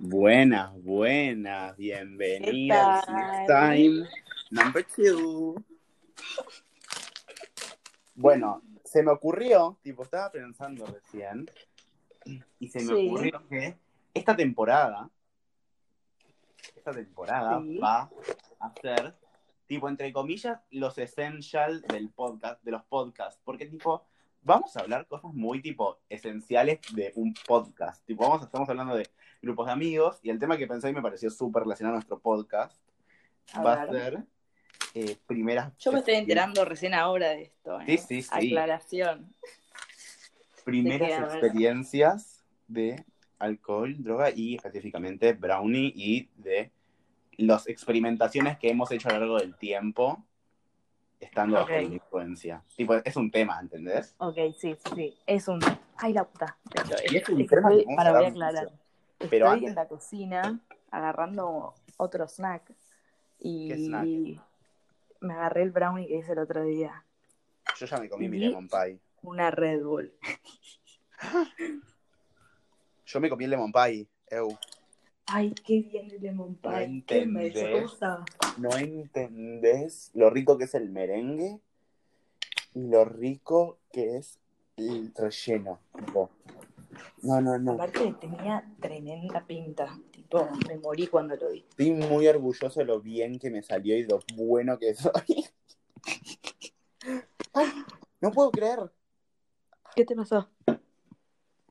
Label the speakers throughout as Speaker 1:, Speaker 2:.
Speaker 1: Buenas, buenas, bienvenidos.
Speaker 2: ¿Qué
Speaker 1: Next
Speaker 2: tal?
Speaker 1: time, number two. Bueno, se me ocurrió, tipo, estaba pensando recién, y se me
Speaker 2: Sí.
Speaker 1: ocurrió que esta temporada, esta temporada
Speaker 2: Sí.
Speaker 1: va a ser, tipo, entre comillas, los essential del podcast, de los podcasts, porque, tipo, vamos a hablar cosas muy, tipo, esenciales de un podcast. Tipo, vamos, estamos hablando de grupos de amigos, y el tema que pensé y me pareció súper relacionado a nuestro podcast
Speaker 2: A
Speaker 1: va a
Speaker 2: ver.
Speaker 1: ser eh, primeras...
Speaker 2: Yo me estoy enterando recién ahora de esto. ¿eh?
Speaker 1: Sí, sí, sí.
Speaker 2: Aclaración.
Speaker 1: primeras
Speaker 2: De que, a ver.
Speaker 1: experiencias de alcohol, droga y específicamente brownie y de las experimentaciones que hemos hecho a lo largo del tiempo estando
Speaker 2: Ok.
Speaker 1: bajo la influencia. Tipo, es un tema, ¿entendés?
Speaker 2: Ok, sí, sí. Es un. Ay, la puta.
Speaker 1: Y es un
Speaker 2: Estoy-
Speaker 1: tema que vamos
Speaker 2: para
Speaker 1: a
Speaker 2: voy
Speaker 1: dar
Speaker 2: a aclarar.
Speaker 1: mucho.
Speaker 2: Estoy
Speaker 1: Pero antes-
Speaker 2: en la cocina agarrando otro snack. Y
Speaker 1: ¿Qué snack?
Speaker 2: me agarré el brownie que hice el otro día.
Speaker 1: Yo ya me comí mi
Speaker 2: Y-
Speaker 1: lemon pie.
Speaker 2: Una Red Bull.
Speaker 1: Yo me comí el lemon pie. Eu.
Speaker 2: Ay, qué bien el lemon pie.
Speaker 1: No
Speaker 2: Qué
Speaker 1: entendés.
Speaker 2: mezcosa.
Speaker 1: ¿No entendés lo rico que es el merengue? Y lo rico que es el relleno. tipo. No, no, no.
Speaker 2: Aparte tenía tremenda pinta. Tipo, me morí cuando lo vi.
Speaker 1: Estoy muy orgulloso de lo bien que me salió y lo bueno que soy. Ay, no puedo creer.
Speaker 2: ¿Qué te pasó?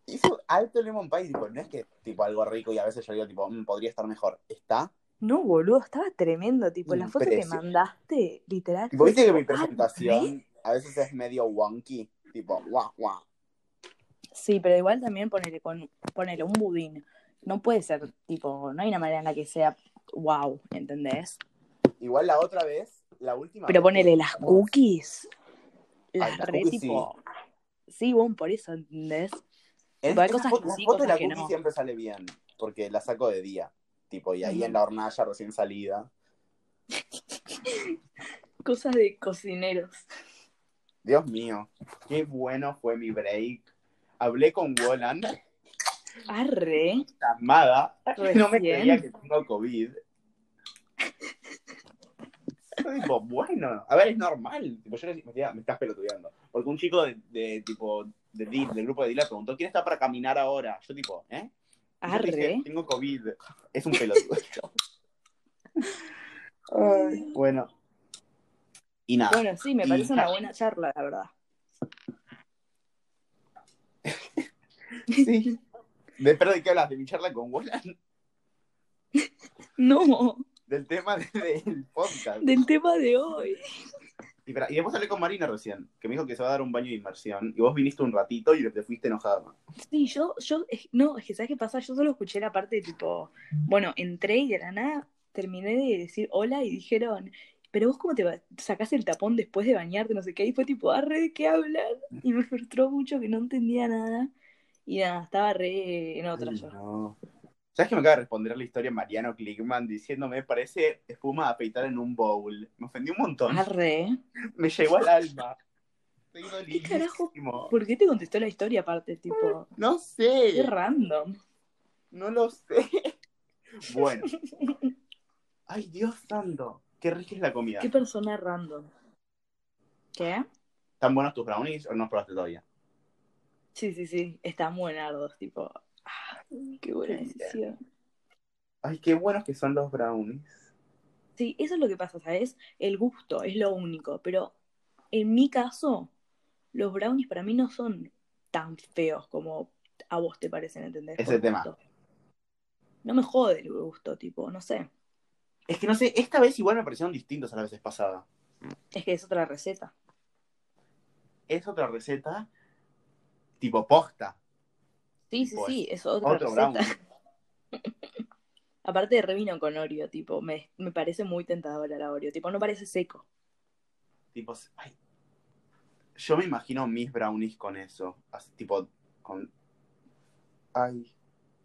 Speaker 1: Hizo alto lemon pie. Tipo, no es que tipo algo rico y a veces yo digo, tipo, "Mm, podría estar mejor. Está.
Speaker 2: No, boludo, estaba tremendo. Tipo, la foto que
Speaker 1: Imprecio-
Speaker 2: mandaste, literal.
Speaker 1: Tipo, viste que mi
Speaker 2: Ah, ¿ves?
Speaker 1: presentación a veces es medio wonky. Tipo, guau, guau.
Speaker 2: Sí, pero igual también ponele, con, ponele un budín. No puede ser, tipo, no hay una manera en la que sea wow, ¿entendés?
Speaker 1: Igual la otra vez, la última
Speaker 2: Pero
Speaker 1: vez-
Speaker 2: ponele las cookies. Las
Speaker 1: Ay, las
Speaker 2: re,
Speaker 1: cookies,
Speaker 2: tipo. Sí, bueno, por eso, ¿entendés?
Speaker 1: En-
Speaker 2: Tipo, hay
Speaker 1: esa
Speaker 2: cosas
Speaker 1: foto-
Speaker 2: que
Speaker 1: la
Speaker 2: sí,
Speaker 1: foto de
Speaker 2: cosas
Speaker 1: la
Speaker 2: que
Speaker 1: cookie
Speaker 2: no.
Speaker 1: siempre sale bien, porque la saco de día, tipo, y ahí
Speaker 2: Ujú.
Speaker 1: en la hornalla recién salida.
Speaker 2: Cosas de cocineros.
Speaker 1: Dios mío, qué bueno fue mi break. Hablé con Wolan,
Speaker 2: Arre.
Speaker 1: llamada, no me
Speaker 2: Recién.
Speaker 1: creía que tengo COVID. Yo tipo, bueno, a ver, es normal. Tipo, yo le decía, me, decía, me estás pelotudeando. Porque un chico de, de, tipo, de Dil- del grupo de Dila preguntó, ¿quién está para caminar ahora? Yo tipo, ¿eh?
Speaker 2: Ah,
Speaker 1: Y yo te dije,
Speaker 2: Arre.
Speaker 1: Tengo COVID. Es un pelotudo. Ay, bueno. Y nada.
Speaker 2: Bueno, sí, me
Speaker 1: Y-
Speaker 2: parece una buena charla, la verdad.
Speaker 1: Sí. De, pero ¿de qué hablas? ¿De mi charla con Wolan?
Speaker 2: No,
Speaker 1: Del tema de- del podcast.
Speaker 2: del tema de hoy.
Speaker 1: Y, espera, y después hablé con Marina recién, que me dijo que se va a dar un baño de inmersión. Y vos viniste un ratito y te fuiste enojada.
Speaker 2: Sí, yo, yo, es- no, es que ¿sabes qué pasa? Yo solo escuché la parte de tipo, bueno, entré y de la nada terminé de decir hola y dijeron, pero vos cómo te va- sacás el tapón después de bañarte, no sé qué, y fue tipo, arre, ¿de qué hablan? Y me frustró mucho que no entendía nada. Y nada, estaba re en otra
Speaker 1: Ay,
Speaker 2: yo.
Speaker 1: no. ¿Sabes que me acaba de responder la historia Mariano Klickman diciéndome parece espuma de afeitar en un bowl? Me ofendí un montón.
Speaker 2: Arre,
Speaker 1: Me llegó al alma. Estoy
Speaker 2: Ah. ¿qué carajo?
Speaker 1: dolidísimo.
Speaker 2: ¿Por qué te contestó la historia aparte? Tipo,
Speaker 1: No
Speaker 2: qué
Speaker 1: sé,
Speaker 2: random.
Speaker 1: no lo sé. Bueno. Ay, Dios santo. Qué rica es la comida.
Speaker 2: Qué persona random. ¿Qué?
Speaker 1: ¿Están buenos tus brownies o no los probaste todavía?
Speaker 2: Sí, sí, sí, están buenardos, tipo, ah, qué buena
Speaker 1: Qué bien.
Speaker 2: decisión.
Speaker 1: Ay, qué buenos que son los brownies.
Speaker 2: Sí, eso es lo que pasa, ¿sabes? El gusto es lo único, pero en mi caso, los brownies para mí no son tan feos como a vos te parecen, ¿entendés?
Speaker 1: Ese
Speaker 2: Por
Speaker 1: tema.
Speaker 2: gusto. No me jode el gusto, tipo, no sé.
Speaker 1: Es que no sé, esta vez igual me parecieron distintos a las veces pasadas.
Speaker 2: Es que es otra receta.
Speaker 1: Es otra receta tipo posta.
Speaker 2: Sí, sí,
Speaker 1: Tipo,
Speaker 2: sí, es otra
Speaker 1: Pues, Otro
Speaker 2: receta.
Speaker 1: brownie.
Speaker 2: Aparte de revino con Oreo, tipo, me, me parece muy tentadora la Oreo, tipo, no parece seco.
Speaker 1: tipo, ay. Yo me imagino mis brownies con eso. Así, tipo, con. Ay.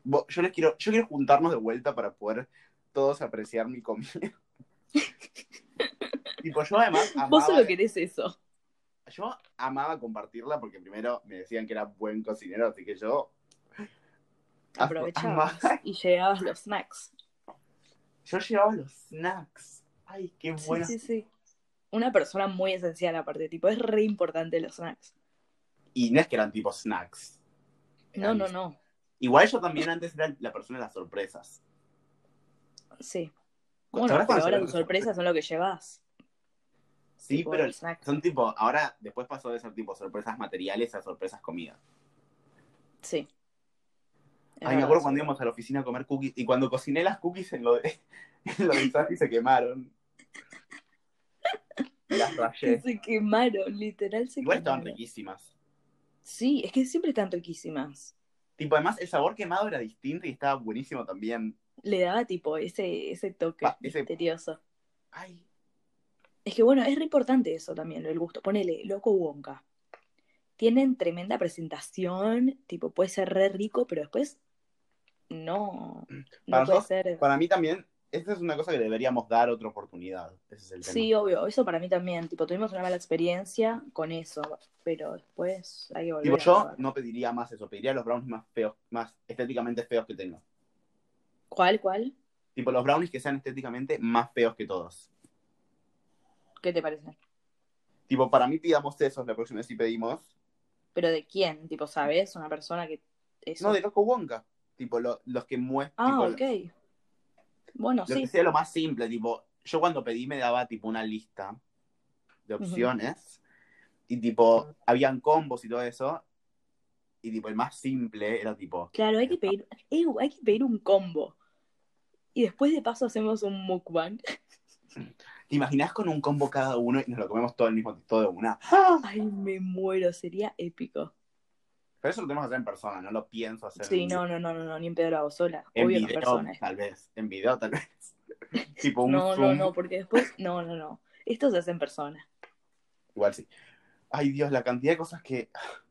Speaker 1: Bo- Yo les quiero. Yo quiero juntarnos de vuelta para poder todos apreciar mi comida. tipo, yo además.
Speaker 2: Vos
Speaker 1: amaba-
Speaker 2: solo querés eso.
Speaker 1: yo amaba compartirla porque primero me decían que era buen cocinero, así que yo
Speaker 2: Aprovechabas
Speaker 1: Amá.
Speaker 2: y llegabas los snacks.
Speaker 1: Yo llevaba los snacks. Ay, qué
Speaker 2: Sí,
Speaker 1: bueno.
Speaker 2: sí, sí. Una persona muy esencial aparte, tipo, es re importante los snacks.
Speaker 1: Y no es que eran tipo snacks.
Speaker 2: No,
Speaker 1: Eran-
Speaker 2: no, no.
Speaker 1: Igual yo también antes era la persona de las sorpresas.
Speaker 2: Sí.
Speaker 1: ¿Te
Speaker 2: Bueno,
Speaker 1: acordás
Speaker 2: pero
Speaker 1: cuando
Speaker 2: ahora
Speaker 1: se-
Speaker 2: tus sorpresas son lo que llevas.
Speaker 1: Sí,
Speaker 2: tipo,
Speaker 1: pero
Speaker 2: los snacks.
Speaker 1: son tipo, ahora después pasó de ser tipo sorpresas materiales a sorpresas comida.
Speaker 2: Sí. Es
Speaker 1: Ay, me
Speaker 2: verdad,
Speaker 1: acuerdo
Speaker 2: sí.
Speaker 1: cuando íbamos a la oficina a comer cookies y cuando cociné las cookies en lo de, en lo de Santi se quemaron. Las rayé.
Speaker 2: Se quemaron, literal se
Speaker 1: Igual estaban
Speaker 2: quemaron.
Speaker 1: riquísimas.
Speaker 2: Sí, es que siempre están riquísimas.
Speaker 1: Tipo, además el sabor quemado era distinto y estaba buenísimo también.
Speaker 2: Le daba tipo ese, ese toque
Speaker 1: Va, ese-
Speaker 2: misterioso.
Speaker 1: Ay,
Speaker 2: Es que bueno, es re importante eso también, el gusto. Ponele, Loco Wonka. Tienen tremenda presentación, tipo, puede ser re rico, pero después no,
Speaker 1: Para
Speaker 2: no puede
Speaker 1: nosotros-
Speaker 2: ser.
Speaker 1: para mí también, esta es una cosa que deberíamos dar otra oportunidad. Ese es el tema.
Speaker 2: Sí, obvio, eso para mí también, tipo, tuvimos una mala experiencia con eso, pero después hay que volver
Speaker 1: Tipo,
Speaker 2: a
Speaker 1: yo
Speaker 2: probar.
Speaker 1: no pediría más eso, pediría los brownies más feos, más estéticamente feos que tengo.
Speaker 2: ¿Cuál, cuál?
Speaker 1: Tipo, los brownies que sean estéticamente más feos que todos.
Speaker 2: ¿Qué te parece?
Speaker 1: Tipo, para mí pidamos esos la próxima vez si pedimos.
Speaker 2: ¿Pero de quién? Tipo, ¿sabes? Una persona que eso.
Speaker 1: No, de Loco Wonka. Tipo, lo- los que muestran.
Speaker 2: Ah, ok. Bueno,
Speaker 1: Lo que
Speaker 2: sí.
Speaker 1: sea lo más simple, tipo, yo cuando pedí me daba tipo una lista de
Speaker 2: Ujú.
Speaker 1: opciones y tipo, habían combos y todo eso y tipo, el más simple era tipo,
Speaker 2: Claro, hay que pedir, Ew, hay que pedir un combo. Y después de paso hacemos un mukbang.
Speaker 1: ¿te imaginas con un combo cada uno y nos lo comemos todo el mismo, todo de una?
Speaker 2: Ay, me muero, sería épico.
Speaker 1: Pero eso lo tenemos que hacer en persona, no lo pienso hacer
Speaker 2: Sí,
Speaker 1: en,
Speaker 2: no, no, no, no, no, ni en Pedro hago sola.
Speaker 1: en
Speaker 2: Obvio,
Speaker 1: video,
Speaker 2: no personas.
Speaker 1: tal vez, en video tal vez. tipo un
Speaker 2: No, no,
Speaker 1: Zoom,
Speaker 2: no, porque después, no, no, no. Esto se hace en persona.
Speaker 1: igual sí. Ay Dios, la cantidad de cosas que...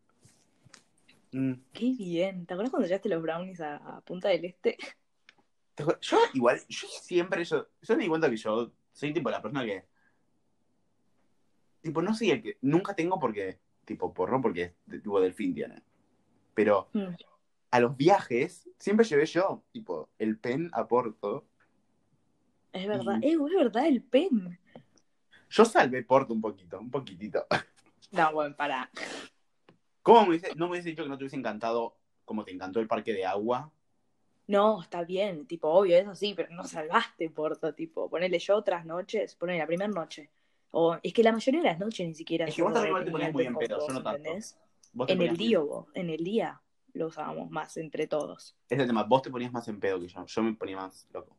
Speaker 1: Mm.
Speaker 2: Qué bien. ¿Te acuerdas cuando llevaste los brownies a, a Punta del Este?
Speaker 1: Te juro, Yo igual, yo siempre, yo, yo me di cuenta que yo soy tipo la persona que, tipo, no soy el que, nunca tengo porque, tipo, porro, porque es de- tipo delfín tiene. Pero
Speaker 2: Mm.
Speaker 1: a los viajes siempre llevé yo, tipo, el pen a Porto.
Speaker 2: Es verdad.
Speaker 1: Mm.
Speaker 2: Ew, es verdad, el pen.
Speaker 1: Yo salvé Porto un poquito, un poquitito.
Speaker 2: No, bueno, pará.
Speaker 1: ¿Cómo me hubiese, no me hubiese dicho que no te hubiese encantado como te encantó el parque de agua?
Speaker 2: No, está bien, tipo, obvio, eso sí, pero no salvaste, Porto, tipo, ponele yo otras noches, ponele la primera noche. O, es que la mayoría de las noches ni siquiera
Speaker 1: Es que vos
Speaker 2: yo
Speaker 1: también te
Speaker 2: tenía
Speaker 1: ponías
Speaker 2: el
Speaker 1: muy en
Speaker 2: tiempo
Speaker 1: pedo,
Speaker 2: con
Speaker 1: yo no
Speaker 2: vos,
Speaker 1: tanto.
Speaker 2: ¿entendés?
Speaker 1: Vos te
Speaker 2: En el
Speaker 1: ponías-
Speaker 2: día vos, en el día lo usábamos más entre todos.
Speaker 1: Ese es el tema, vos te ponías más en pedo que yo, yo me ponía más loco.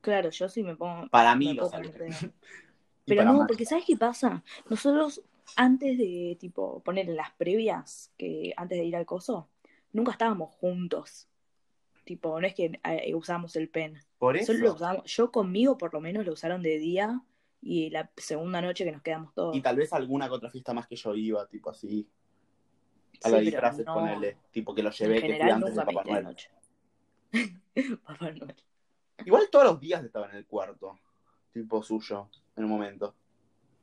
Speaker 2: Claro, yo sí me pongo,
Speaker 1: Para mí
Speaker 2: Me
Speaker 1: lo
Speaker 2: puedo
Speaker 1: salvé.
Speaker 2: poner pedo.
Speaker 1: Y
Speaker 2: Pero
Speaker 1: para
Speaker 2: no,
Speaker 1: Mar.
Speaker 2: porque ¿sabes qué pasa? Nosotros antes de, tipo, poner las previas, que antes de ir al coso, nunca estábamos juntos. Tipo, no es que eh, usamos el pen.
Speaker 1: Por
Speaker 2: Solo
Speaker 1: eso.
Speaker 2: lo usamos- yo conmigo por lo menos lo usaron de día y la segunda noche que nos quedamos todos.
Speaker 1: Y tal vez alguna que otra fiesta más que yo iba, tipo así, a
Speaker 2: Sí,
Speaker 1: la
Speaker 2: pero
Speaker 1: disfraces,
Speaker 2: no,
Speaker 1: ponerle, tipo que lo
Speaker 2: En
Speaker 1: llevé, que fui
Speaker 2: general
Speaker 1: antes de
Speaker 2: nunca me
Speaker 1: Papá
Speaker 2: hice de
Speaker 1: Noel.
Speaker 2: noche. Papá Noel.
Speaker 1: Igual todos los días estaba en el cuarto, tipo suyo, en un momento.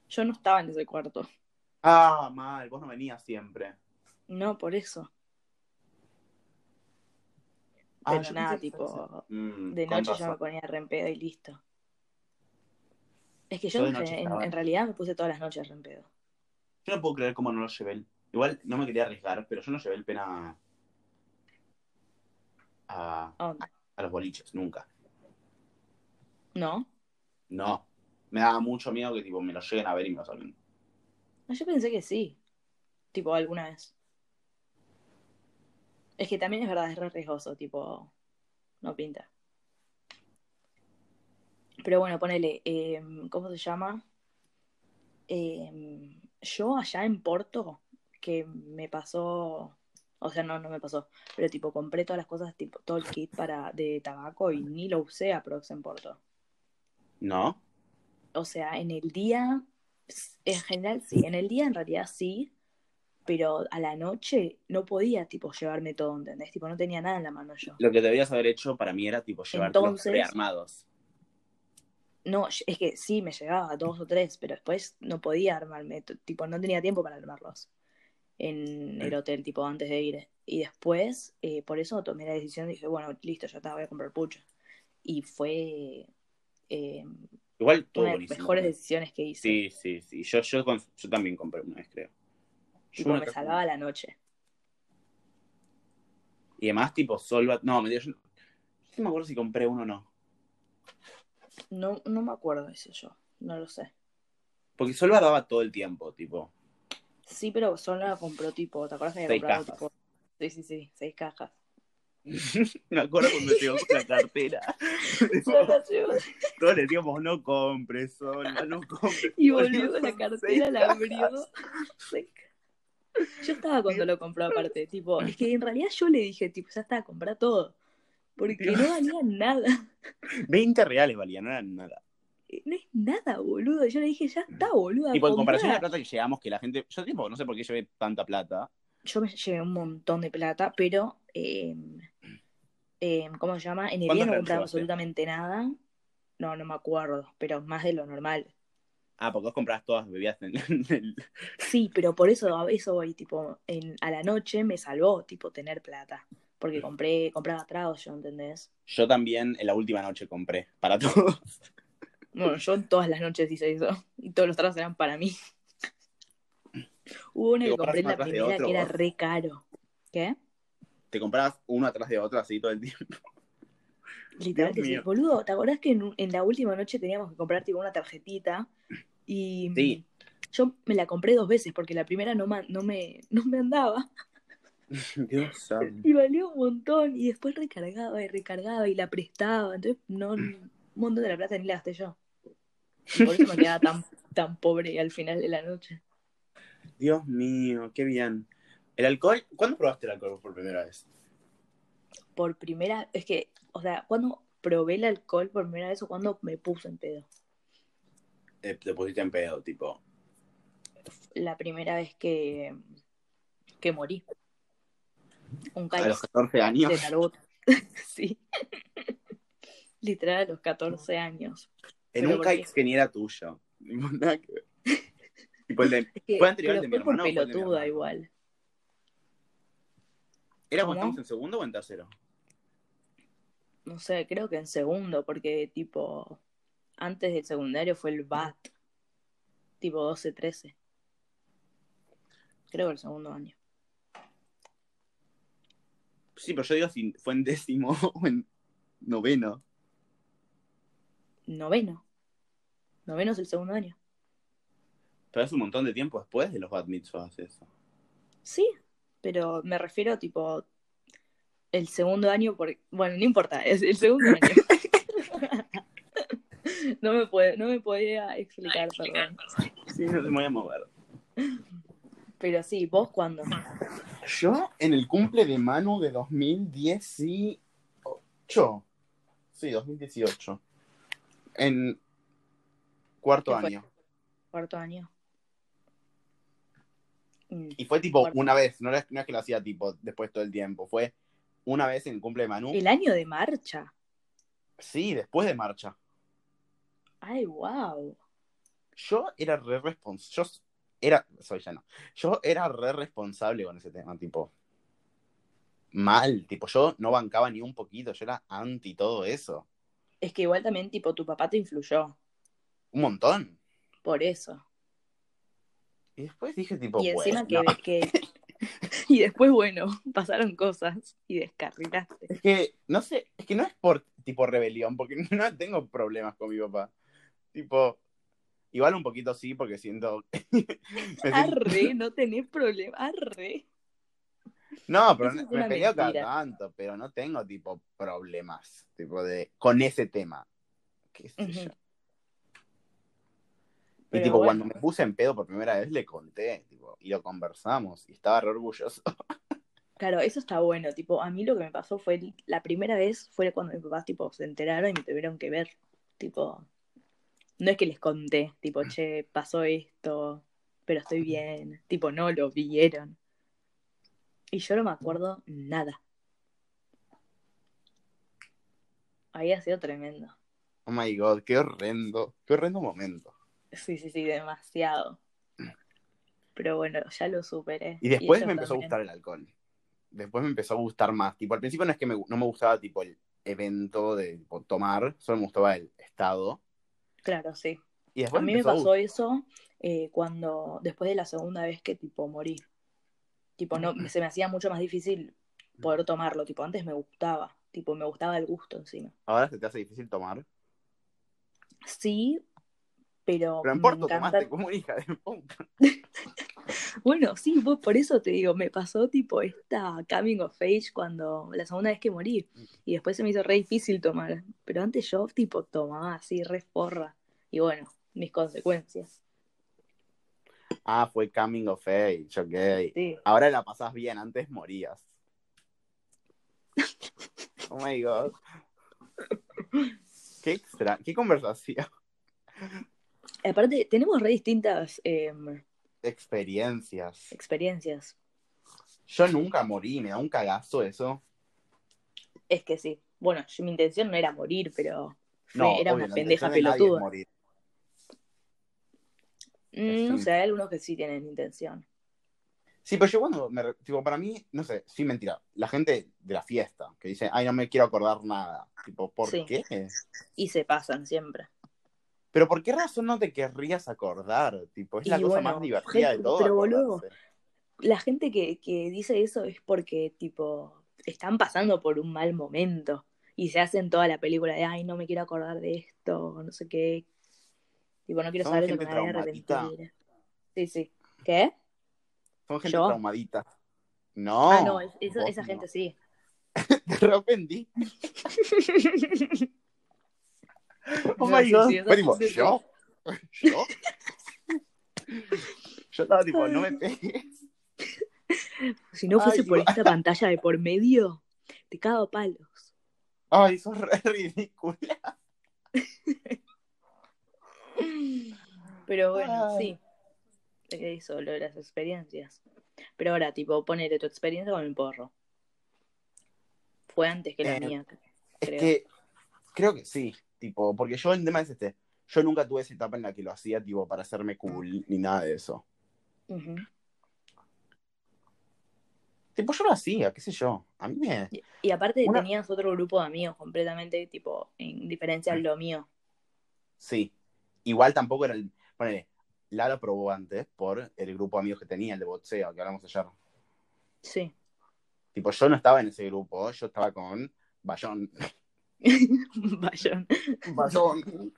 Speaker 2: Yo no estaba en ese cuarto.
Speaker 1: Ah, mal, vos no venías siempre.
Speaker 2: No, por eso.
Speaker 1: Ah,
Speaker 2: Pero
Speaker 1: yo
Speaker 2: nada,
Speaker 1: pensé que
Speaker 2: tipo,
Speaker 1: Mm,
Speaker 2: de
Speaker 1: con
Speaker 2: noche yo
Speaker 1: razón.
Speaker 2: me ponía re en pedo y listo. Es que
Speaker 1: Yo
Speaker 2: yo
Speaker 1: de
Speaker 2: en,
Speaker 1: noche
Speaker 2: gen- en-
Speaker 1: estaba.
Speaker 2: en realidad me puse todas las noches re en pedo.
Speaker 1: Yo no puedo creer cómo no lo llevé. Igual no me quería arriesgar, pero yo no llevé el pena a, a-
Speaker 2: ¿A dónde?
Speaker 1: a los boliches, nunca.
Speaker 2: ¿No?
Speaker 1: No. Me daba mucho miedo que tipo me lo lleguen a ver y me lo salen.
Speaker 2: No, yo pensé que sí. Tipo, alguna vez. Es que también es verdad, es re riesgoso, tipo, no pinta. Pero bueno, ponele, eh, ¿cómo se llama? Eh, yo allá en Porto, que me pasó, o sea, no, no me pasó, pero tipo, compré todas las cosas, tipo, todo el kit para, de tabaco y ni lo usé a Prox en Porto.
Speaker 1: ¿No?
Speaker 2: O sea, en el día, en general sí, en el día en realidad sí, pero a la noche no podía, tipo, llevarme todo, ¿entendés? Tipo, no tenía nada en la mano yo.
Speaker 1: Lo que deberías haber hecho para mí era tipo llevarte
Speaker 2: Entonces-
Speaker 1: los prearmados.
Speaker 2: No, yo- es que sí, me llegaba dos o tres, pero después no podía armarme, t- tipo, no tenía tiempo para armarlos. en
Speaker 1: Sí.
Speaker 2: el hotel, tipo antes de ir. Y después, eh, por eso tomé la decisión, dije, bueno, listo, ya está, voy a comprar pucho. Y fue eh,
Speaker 1: Igual todo
Speaker 2: una de las
Speaker 1: buenísimo.
Speaker 2: mejores decisiones que hice.
Speaker 1: Sí, sí, sí. Yo, yo, con- yo también compré una vez, creo. Yo
Speaker 2: tipo,
Speaker 1: una
Speaker 2: me
Speaker 1: caja-
Speaker 2: salvaba la noche.
Speaker 1: Y además, tipo, solo. No, me yo, yo no me acuerdo si compré uno o no.
Speaker 2: No, no me acuerdo de eso yo, no lo sé.
Speaker 1: Porque Solva daba todo el tiempo, tipo.
Speaker 2: Sí, pero solo la compró tipo, ¿te acuerdas que había
Speaker 1: Seis
Speaker 2: comprado
Speaker 1: cajas.
Speaker 2: tipo? Sí, sí, sí, seis cajas.
Speaker 1: me acuerdo cuando llegó con la cartera. Tipo, todos le decíamos, no compres, Solva, no compres.
Speaker 2: y volvió con la
Speaker 1: Son
Speaker 2: cartera,
Speaker 1: seis
Speaker 2: la abrió.
Speaker 1: cajas.
Speaker 2: Seis cajas. Yo estaba cuando lo compró aparte, tipo, es que en realidad yo le dije, tipo, ya está, comprar todo. Porque
Speaker 1: Dios.
Speaker 2: no valía nada. Eh,
Speaker 1: 20 reales valía, no eran nada.
Speaker 2: No es nada, boludo. Yo le dije, ya está, boludo.
Speaker 1: Y por comparación a la plata que llevamos, que la gente. Yo, tipo, no sé por qué llevé tanta plata.
Speaker 2: Yo me llevé un montón de plata, pero, eh, eh, ¿cómo se llama? En el día
Speaker 1: ¿Cuántos
Speaker 2: no
Speaker 1: gramos
Speaker 2: compraba
Speaker 1: llevaste?
Speaker 2: absolutamente nada. No, no me acuerdo, pero más de lo normal.
Speaker 1: Ah, porque vos comprabas todas bebidas en, en el.
Speaker 2: Sí, pero por eso a eso voy, tipo, en, a la noche me salvó, tipo, tener plata.
Speaker 1: Mm.
Speaker 2: Porque compré, compraba tragos, yo, ¿entendés?
Speaker 1: Yo también en la última noche compré para todos.
Speaker 2: Bueno, yo todas las noches hice eso. Y todos los tragos eran para mí. Hubo una
Speaker 1: Te
Speaker 2: que
Speaker 1: compras
Speaker 2: compré en
Speaker 1: uno
Speaker 2: la
Speaker 1: atrás de
Speaker 2: primera
Speaker 1: otro,
Speaker 2: que era
Speaker 1: vos.
Speaker 2: re caro. ¿Qué?
Speaker 1: Te comprabas uno atrás de otro así todo el tiempo.
Speaker 2: Literal
Speaker 1: Dios
Speaker 2: que sí.
Speaker 1: mío.
Speaker 2: Boludo, ¿te acordás que en, un- en la última noche teníamos que comprar, tipo, una tarjetita? Y mm,
Speaker 1: Sí.
Speaker 2: yo me la compré dos veces porque la primera no, ma- no, me, no me andaba.
Speaker 1: Dios santo.
Speaker 2: Y valía un montón. Y después recargaba y recargaba y la prestaba. Entonces, no,
Speaker 1: Mm.
Speaker 2: un montón de la plata ni la gasté yo. Y por eso me quedaba tan, tan pobre al final de la noche.
Speaker 1: Dios mío, qué bien. El alcohol, ¿cuándo probaste el alcohol por primera vez?
Speaker 2: Por primera es que, o sea, cuando probé el alcohol por primera vez o cuando me puse en pedo.
Speaker 1: Eh, te pusiste en pedo, tipo.
Speaker 2: La primera vez que, que morí. Un
Speaker 1: A
Speaker 2: cáliz
Speaker 1: los 14 años.
Speaker 2: de tarot. sí. Literal a los 14 años.
Speaker 1: en
Speaker 2: pero
Speaker 1: un
Speaker 2: ¿por
Speaker 1: caic que ni era tuyo. Nada que ver. tipo el de-
Speaker 2: Es que,
Speaker 1: ¿Fue anterior
Speaker 2: pero
Speaker 1: al de mi
Speaker 2: fue por
Speaker 1: hermano o fue el de mi
Speaker 2: pelotuda
Speaker 1: hermano?
Speaker 2: igual.
Speaker 1: ¿Era cuando
Speaker 2: ¿Cómo?
Speaker 1: estamos en segundo o en tercero?
Speaker 2: No sé, creo que en segundo, porque tipo, antes del secundario fue el BAT, tipo 12, 13. Creo que el segundo año.
Speaker 1: Sí, pero yo digo si fue en décimo o en noveno.
Speaker 2: Noveno. Noveno es el segundo año.
Speaker 1: Pero es un montón de tiempo después de los Bad Mitzvahs eso.
Speaker 2: Sí, pero me refiero tipo el segundo año por bueno, no importa, es el segundo año. no me puede, no me podía explicar, perdón.
Speaker 1: Sí, no se me voy a mover.
Speaker 2: Pero sí, vos cuando
Speaker 1: Yo en el cumple de Manu de 2018. Sí, 2018. En cuarto
Speaker 2: ¿Qué fue?
Speaker 1: año.
Speaker 2: cuarto año. Mm,
Speaker 1: Y fue tipo
Speaker 2: Cuarto.
Speaker 1: una vez, no, era- no es que lo hacía tipo después todo el tiempo, fue una vez en el cumple de Manu.
Speaker 2: El año de marcha.
Speaker 1: Sí, después de marcha.
Speaker 2: Ay, wow.
Speaker 1: Yo era re responsable. Yo era, soy ya no. Yo era re responsable con ese tema, tipo. Mal, tipo, yo no bancaba ni un poquito, yo era anti todo eso.
Speaker 2: Es que igual también tipo tu papá te influyó
Speaker 1: Un montón.
Speaker 2: por eso.
Speaker 1: Y después dije, tipo,
Speaker 2: y encima
Speaker 1: bueno.
Speaker 2: que, que y después bueno, pasaron cosas y descarrilaste.
Speaker 1: Es que, no sé, es que no es por tipo rebelión, porque no tengo problemas con mi papá. Tipo, igual un poquito sí, porque siento. me siento-
Speaker 2: Arre, no tenés problema. Arre.
Speaker 1: no, pero
Speaker 2: Eso es
Speaker 1: me
Speaker 2: una
Speaker 1: peleo cada
Speaker 2: mentira.
Speaker 1: tanto, pero no tengo tipo problemas, tipo de, con ese tema. Qué sé
Speaker 2: Ujú.
Speaker 1: yo. Y
Speaker 2: Pero
Speaker 1: tipo,
Speaker 2: bueno.
Speaker 1: cuando me puse en pedo por primera vez, le conté, tipo, y lo conversamos, y estaba re orgulloso.
Speaker 2: Claro, eso está bueno. Tipo, a mí lo que me pasó fue el- la primera vez fue cuando mis papás tipo se enteraron y me tuvieron que ver. Tipo, no es que les conté, tipo, che, pasó esto, pero estoy bien. Tipo, no lo vieron. Y yo no me acuerdo nada. Había sido tremendo.
Speaker 1: Oh my god, qué horrendo, qué horrendo momento.
Speaker 2: Sí, sí, sí, demasiado. Pero bueno, ya lo superé.
Speaker 1: Y después
Speaker 2: ellos
Speaker 1: me empezó a
Speaker 2: también.
Speaker 1: gustar el alcohol. Después me empezó a gustar más. Tipo, al principio no es que me, no me gustaba tipo el evento de tipo, tomar, solo me gustaba el estado.
Speaker 2: Claro, sí.
Speaker 1: Y después
Speaker 2: a mí me
Speaker 1: empezó a
Speaker 2: pasó
Speaker 1: gust-
Speaker 2: eso eh, cuando, después de la segunda vez que tipo morí. Tipo, no, se me hacía mucho más difícil poder tomarlo. Tipo, antes me gustaba. Tipo, me gustaba el gusto encima.
Speaker 1: Ahora se te hace difícil tomar.
Speaker 2: Sí, pero.
Speaker 1: Pero en
Speaker 2: me
Speaker 1: Porto
Speaker 2: encanta-
Speaker 1: tomaste como una hija de puta.
Speaker 2: Bueno, sí, vos- por eso te digo, me pasó tipo esta coming of age cuando la segunda vez que morí. Y después se me hizo re difícil tomar. Pero antes yo, tipo, tomaba así, re porra. Y bueno, mis consecuencias.
Speaker 1: Ah, fue coming of age, ok.
Speaker 2: Sí.
Speaker 1: Ahora la pasás bien, antes morías. Oh my god. Qué extra, qué conversación.
Speaker 2: Aparte, tenemos re distintas em,
Speaker 1: Experiencias.
Speaker 2: experiencias.
Speaker 1: Yo nunca morí, me da un cagazo eso.
Speaker 2: Es que sí. Bueno, yo- mi intención no era morir, pero fue-
Speaker 1: No,
Speaker 2: era
Speaker 1: obvio,
Speaker 2: una
Speaker 1: la
Speaker 2: pendeja
Speaker 1: intención de nadie es
Speaker 2: pelotuda.
Speaker 1: morir.
Speaker 2: Mm, no
Speaker 1: Sí.
Speaker 2: sé, hay algunos que sí tienen intención.
Speaker 1: Sí, pero yo cuando me. re- Tipo, para mí, no sé, sí, mentira. La gente de la fiesta que dice, ay, no me quiero acordar nada. Tipo, ¿por
Speaker 2: Sí.
Speaker 1: qué?
Speaker 2: Y se pasan siempre.
Speaker 1: Pero ¿por qué razón no te querrías acordar? Tipo, es la
Speaker 2: Y
Speaker 1: cosa
Speaker 2: bueno,
Speaker 1: más divertida de
Speaker 2: gente,
Speaker 1: todo.
Speaker 2: pero boludo.
Speaker 1: acordarse.
Speaker 2: La gente que, que dice eso es porque, tipo, están pasando por un mal momento. Y se hacen toda la película de, ay, no me quiero acordar de esto, no sé qué. Tipo, no quiero
Speaker 1: Son
Speaker 2: saber de lo que
Speaker 1: gente
Speaker 2: me voy a
Speaker 1: traumatita.
Speaker 2: arrepentir. Sí, sí. ¿Qué?
Speaker 1: Son gente
Speaker 2: ¿Yo?
Speaker 1: traumadita. No.
Speaker 2: ah, no, es- eso-
Speaker 1: vos
Speaker 2: esa
Speaker 1: no.
Speaker 2: gente sí.
Speaker 1: Te arrepentí. Oh
Speaker 2: No,
Speaker 1: my
Speaker 2: sí,
Speaker 1: god.
Speaker 2: sí, esa
Speaker 1: Primo,
Speaker 2: gente sí.
Speaker 1: ¿yo? ¿Yo? Yo estaba tipo, no me pegues.
Speaker 2: Si no fuese
Speaker 1: Ay,
Speaker 2: por
Speaker 1: digo-
Speaker 2: esta pantalla de por medio, te cago a palos.
Speaker 1: Ay, sos re ridículo.
Speaker 2: Pero bueno,
Speaker 1: Ay.
Speaker 2: sí. Eh, Eso, lo de las experiencias. Pero ahora, tipo, ponele tu experiencia con el porro. Fue antes que la
Speaker 1: Eh,
Speaker 2: mía.
Speaker 1: Es
Speaker 2: creo.
Speaker 1: que creo que sí, tipo, porque yo el tema es este, yo nunca tuve esa etapa en la que lo hacía tipo para hacerme cool ni nada de eso.
Speaker 2: Ujú.
Speaker 1: Tipo, yo lo hacía, qué sé yo. A mí me
Speaker 2: Y, y aparte
Speaker 1: Una-
Speaker 2: tenías otro grupo de amigos completamente, tipo, en diferencia a lo mío.
Speaker 1: sí. Igual tampoco era el ponele, Lalo probó antes por el grupo de amigos que tenía, el de boxeo, que hablamos ayer.
Speaker 2: Sí.
Speaker 1: Tipo, yo no estaba en ese grupo, yo estaba con Bayón.
Speaker 2: Bayón.
Speaker 1: Bayón.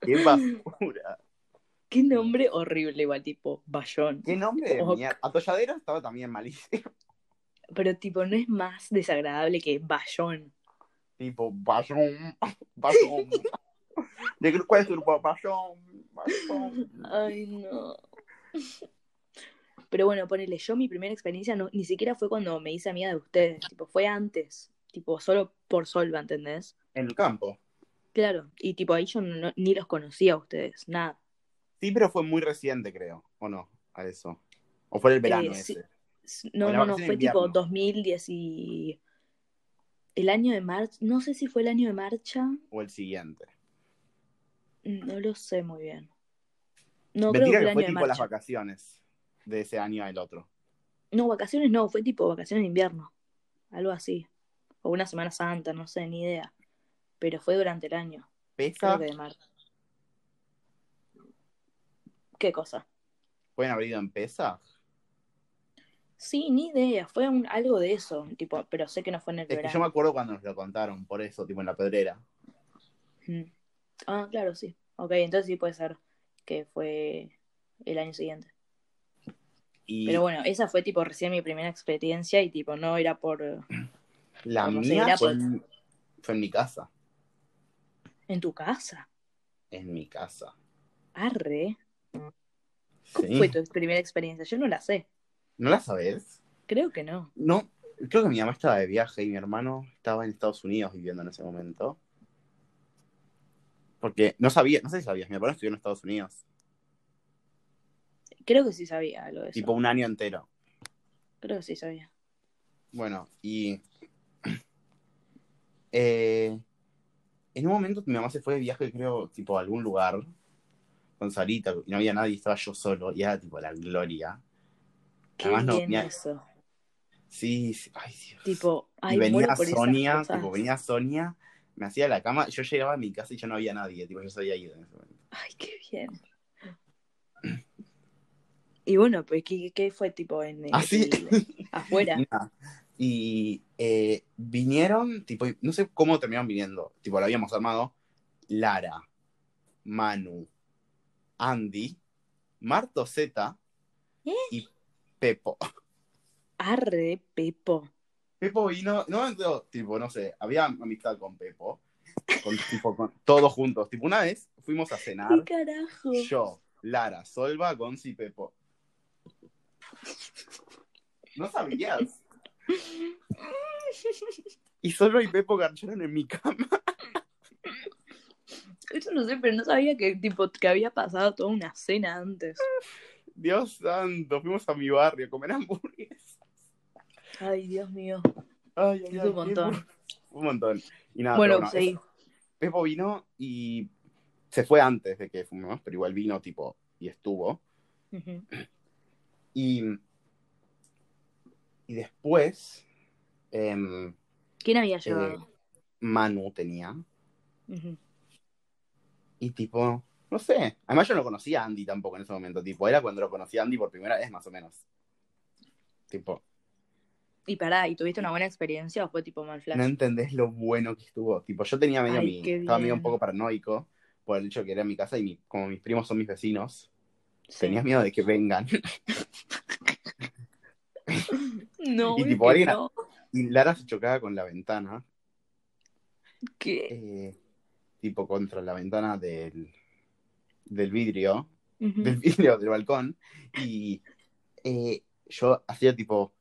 Speaker 1: Qué basura.
Speaker 2: Qué nombre horrible igual, tipo, Bayón.
Speaker 1: Qué nombre de
Speaker 2: Ok.
Speaker 1: mierda. Atolladero estaba también malísimo.
Speaker 2: Pero, tipo, no es más desagradable que Bayón.
Speaker 1: Tipo, Bayón, Bayón. ¿De qué- cuál es tu grupo? Bayón, Bayón.
Speaker 2: Ay, no. Pero bueno, ponele, yo mi primera experiencia no, ni siquiera fue cuando me hice amiga de ustedes, tipo, fue antes, tipo, solo por Solva, ¿entendés?
Speaker 1: En el campo.
Speaker 2: Claro, y tipo, ahí yo no- ni los conocía a ustedes, nada.
Speaker 1: Sí, pero fue muy reciente, creo. ¿O no? A eso. ¿O fue el verano
Speaker 2: Eh, sí.
Speaker 1: ese?
Speaker 2: S- No,
Speaker 1: Bueno,
Speaker 2: no, no,
Speaker 1: vacaciones de
Speaker 2: fue tipo
Speaker 1: invierno.
Speaker 2: 2010 y... El año de marcha, no sé si fue el año de marcha, mm,
Speaker 1: ¿O el siguiente?
Speaker 2: no lo sé muy bien. No, creo que fue
Speaker 1: Mentira
Speaker 2: el
Speaker 1: que
Speaker 2: año
Speaker 1: fue
Speaker 2: de
Speaker 1: tipo las
Speaker 2: marcha.
Speaker 1: vacaciones de ese año al otro.
Speaker 2: No, vacaciones no, fue tipo vacaciones de invierno, algo así. O una Semana Santa, no sé, ni idea. Pero fue durante el año, creo
Speaker 1: ¿Pesa?
Speaker 2: que de marzo. ¿Qué cosa?
Speaker 1: ¿Pueden haber ido en Pesa?
Speaker 2: Sí, ni idea, fue un- algo de eso, tipo, pero sé que no fue en el
Speaker 1: Es que yo
Speaker 2: verano.
Speaker 1: me acuerdo cuando nos lo contaron, por eso, tipo en la pedrera.
Speaker 2: Mm. Ah, claro, sí. Ok, entonces sí puede ser que fue el año siguiente.
Speaker 1: Y
Speaker 2: Pero bueno, esa fue tipo recién mi primera experiencia y tipo no era por... eh, ¿En
Speaker 1: la
Speaker 2: no sé,
Speaker 1: mía
Speaker 2: era
Speaker 1: fue
Speaker 2: por-
Speaker 1: en, fue en mi casa.
Speaker 2: tu casa?
Speaker 1: En mi casa.
Speaker 2: Arre. ¿Cómo
Speaker 1: Sí.
Speaker 2: fue tu primera experiencia? Yo no la sé.
Speaker 1: ¿No la sabes?
Speaker 2: Creo que no.
Speaker 1: No. Creo que mi mamá estaba de viaje y mi hermano estaba en Estados Unidos viviendo en ese momento. Porque no sabía, no sé si sabías, mi hermano estudió en Estados Unidos,
Speaker 2: Creo que sí sabía algo de eso.
Speaker 1: tipo un año entero.
Speaker 2: Creo que sí sabía.
Speaker 1: Bueno, y. eh, en un momento mi mamá se fue de viaje, creo, tipo a algún lugar. con Sarita, y no había nadie, estaba yo solo, y era tipo la gloria.
Speaker 2: Qué
Speaker 1: Además, no,
Speaker 2: bien
Speaker 1: mira-
Speaker 2: eso.
Speaker 1: Sí, sí, ay Dios.
Speaker 2: Tipo, ay,
Speaker 1: y
Speaker 2: muero
Speaker 1: venía
Speaker 2: por esas
Speaker 1: Sonia,
Speaker 2: cosas.
Speaker 1: tipo, venía Sonia, me hacía la cama, yo llegaba a mi casa y yo no había nadie, tipo, yo se había ido en ese momento.
Speaker 2: Ay, qué bien. Y bueno, pues, ¿qué, qué fue tipo en el-
Speaker 1: Así.
Speaker 2: el- afuera?
Speaker 1: Ah, Nada. Y eh, vinieron, tipo, y no sé cómo terminaron viniendo, tipo, lo habíamos armado, Lara, Manu, Andy, Marto Z
Speaker 2: ¿Eh?
Speaker 1: y Pepo.
Speaker 2: Arre, Pepo.
Speaker 1: Pepo vino, no, no, tipo, no sé, había amistad con Pepo, con, tipo, con- todos juntos, tipo, una vez fuimos a cenar.
Speaker 2: ¿Qué carajo?
Speaker 1: Yo, Lara, Solva, Gonzi y Pepo. No sabías. Y Solva y Pepo garcharon en mi cama.
Speaker 2: Eso no sé, pero no sabía que tipo que había pasado toda una cena antes.
Speaker 1: Dios santo, fuimos a mi barrio a comer hamburguesas.
Speaker 2: Ay, Dios mío.
Speaker 1: Ay, ay,
Speaker 2: Es
Speaker 1: ay,
Speaker 2: un montón.
Speaker 1: Pepo. Un montón. Y nada,
Speaker 2: bueno,
Speaker 1: pero bueno,
Speaker 2: seguí.
Speaker 1: Pepo vino y se fue antes de que fumemos, pero igual vino, tipo, y estuvo.
Speaker 2: Ujú.
Speaker 1: Y, y después, em,
Speaker 2: ¿Quién había
Speaker 1: eh,
Speaker 2: llevado?
Speaker 1: Manu tenía.
Speaker 2: Ujú.
Speaker 1: Y tipo, no sé. Además, yo no conocía a Andy tampoco en ese momento. Tipo, era cuando lo conocí a Andy por primera vez, más o menos. Tipo,
Speaker 2: Y pará, ¿y tuviste una buena experiencia o fue tipo mal flash?
Speaker 1: no entendés lo bueno que estuvo. Tipo, yo tenía medio
Speaker 2: Ay,
Speaker 1: mi.
Speaker 2: qué
Speaker 1: Estaba medio
Speaker 2: bien.
Speaker 1: un poco paranoico por el hecho de que era mi casa y mi- como mis primos son mis vecinos,
Speaker 2: Sí.
Speaker 1: tenías miedo de que vengan.
Speaker 2: No,
Speaker 1: Y
Speaker 2: obvio
Speaker 1: tipo,
Speaker 2: que
Speaker 1: alguien-
Speaker 2: no.
Speaker 1: Y Lara se chocaba con la ventana.
Speaker 2: ¿Qué?
Speaker 1: eh, tipo, contra la ventana del, del vidrio.
Speaker 2: Ujú.
Speaker 1: del vidrio del balcón y eh, yo hacía tipo,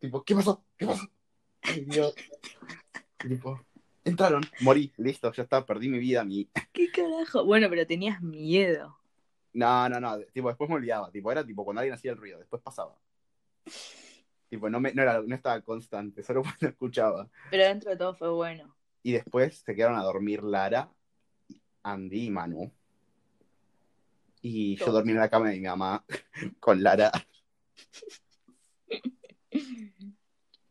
Speaker 1: tipo, ¿qué pasó? ¿Qué pasó? Ay, Dios. tipo, entraron, morí, listo, ya está, perdí mi vida, mi...
Speaker 2: ¿Qué carajo? Bueno, pero tenías miedo.
Speaker 1: No, no, no, tipo, después me olvidaba, tipo, era tipo cuando alguien hacía el ruido, después pasaba. Tipo, no, me, no, era, no estaba constante, solo cuando escuchaba.
Speaker 2: Pero dentro de todo fue bueno.
Speaker 1: Y después se quedaron a dormir Lara, Andy y Manu. Y yo
Speaker 2: Todos.
Speaker 1: dormí en la cama de mi mamá con Lara.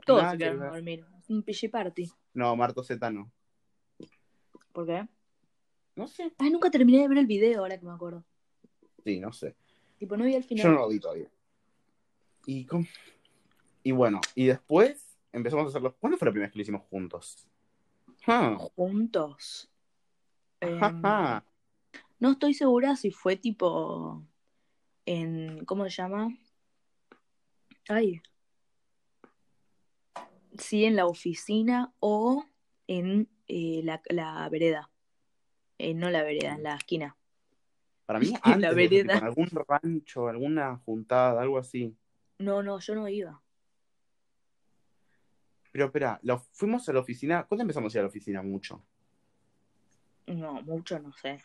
Speaker 2: Todos
Speaker 1: Nada
Speaker 2: se
Speaker 1: que
Speaker 2: quedaron a
Speaker 1: ver.
Speaker 2: dormir. Un pichi party.
Speaker 1: No, Marto Z no.
Speaker 2: ¿Por qué?
Speaker 1: No sé.
Speaker 2: Ah, nunca terminé de ver el video ahora que me acuerdo.
Speaker 1: Sí, no sé.
Speaker 2: Tipo, no vi al final.
Speaker 1: Yo no lo vi todavía. Y, con- y bueno, y después empezamos a hacerlo. ¿Cuándo fue la primera vez que lo hicimos juntos? Ah,
Speaker 2: Juntos. Em,
Speaker 1: ja, ja.
Speaker 2: no estoy segura si fue tipo. En. ¿Cómo se llama? Ay. Sí, en la oficina o en eh, la, la vereda. Eh, no la vereda, en la esquina.
Speaker 1: Para mí,
Speaker 2: En
Speaker 1: antes
Speaker 2: la
Speaker 1: de eso, tipo,
Speaker 2: vereda.
Speaker 1: en algún rancho, alguna juntada, algo así.
Speaker 2: No, no, yo no iba.
Speaker 1: Pero espera, lo, fuimos a la oficina. ¿Cuándo empezamos a ir a la oficina? Mucho.
Speaker 2: No, mucho no sé.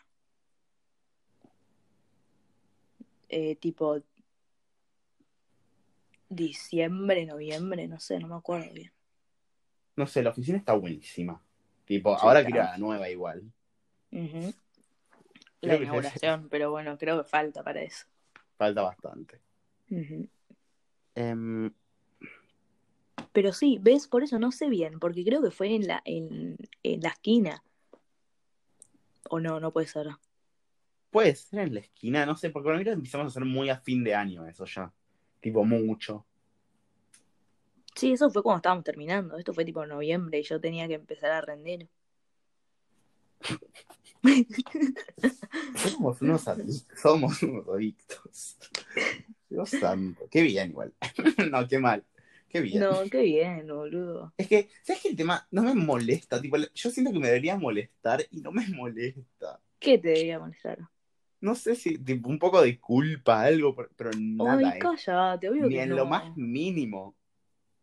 Speaker 2: Eh, tipo diciembre, noviembre, no sé, no me acuerdo bien.
Speaker 1: No sé, la oficina está buenísima. Tipo,
Speaker 2: Sí,
Speaker 1: ahora
Speaker 2: está.
Speaker 1: quiero ir a la nueva igual.
Speaker 2: Ujú.
Speaker 1: Creo
Speaker 2: La
Speaker 1: que ya
Speaker 2: inauguración, pero bueno, creo que falta para eso.
Speaker 1: Falta bastante.
Speaker 2: Ujú.
Speaker 1: Em,
Speaker 2: Pero sí, ves, por eso no sé bien, porque creo que fue en la, en, en la esquina. O no, no puede ser.
Speaker 1: puede ser en la esquina, no sé, porque por lo menos empezamos a hacer muy a fin de año eso ya. Tipo, mucho.
Speaker 2: Sí, eso fue cuando estábamos terminando. Esto fue tipo noviembre y yo tenía que empezar a rendir.
Speaker 1: Somos unos adictos. Somos unos adictos. Dios santo. Qué bien, igual. no, qué mal. Qué bien.
Speaker 2: No, qué bien, boludo.
Speaker 1: Es que, ¿sabes qué? El tema no me molesta. Tipo, yo siento que me debería molestar y no me molesta.
Speaker 2: ¿Qué te debía molestar?
Speaker 1: No sé si, tipo, un poco de culpa, algo, pero- pero nada,
Speaker 2: Ay,
Speaker 1: ¿eh?
Speaker 2: cállate, obvio
Speaker 1: Ni
Speaker 2: que
Speaker 1: en
Speaker 2: no.
Speaker 1: lo más mínimo.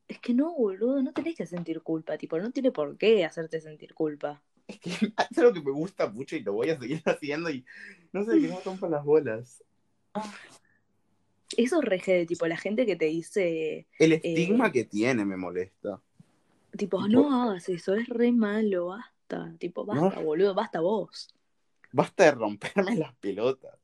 Speaker 2: Es que no, boludo, no tenés que sentir culpa, tipo, no tiene por qué hacerte sentir culpa.
Speaker 1: Es que es algo que me gusta mucho y lo voy a seguir haciendo y no sé, que no rompa las bolas.
Speaker 2: Eso es reje de tipo la gente que te dice,
Speaker 1: El estigma que tiene me molesta.
Speaker 2: tipo,
Speaker 1: Tipo-
Speaker 2: no hagas eso, es re malo, basta. Tipo, basta, boludo, basta vos.
Speaker 1: Basta de romperme las pelotas.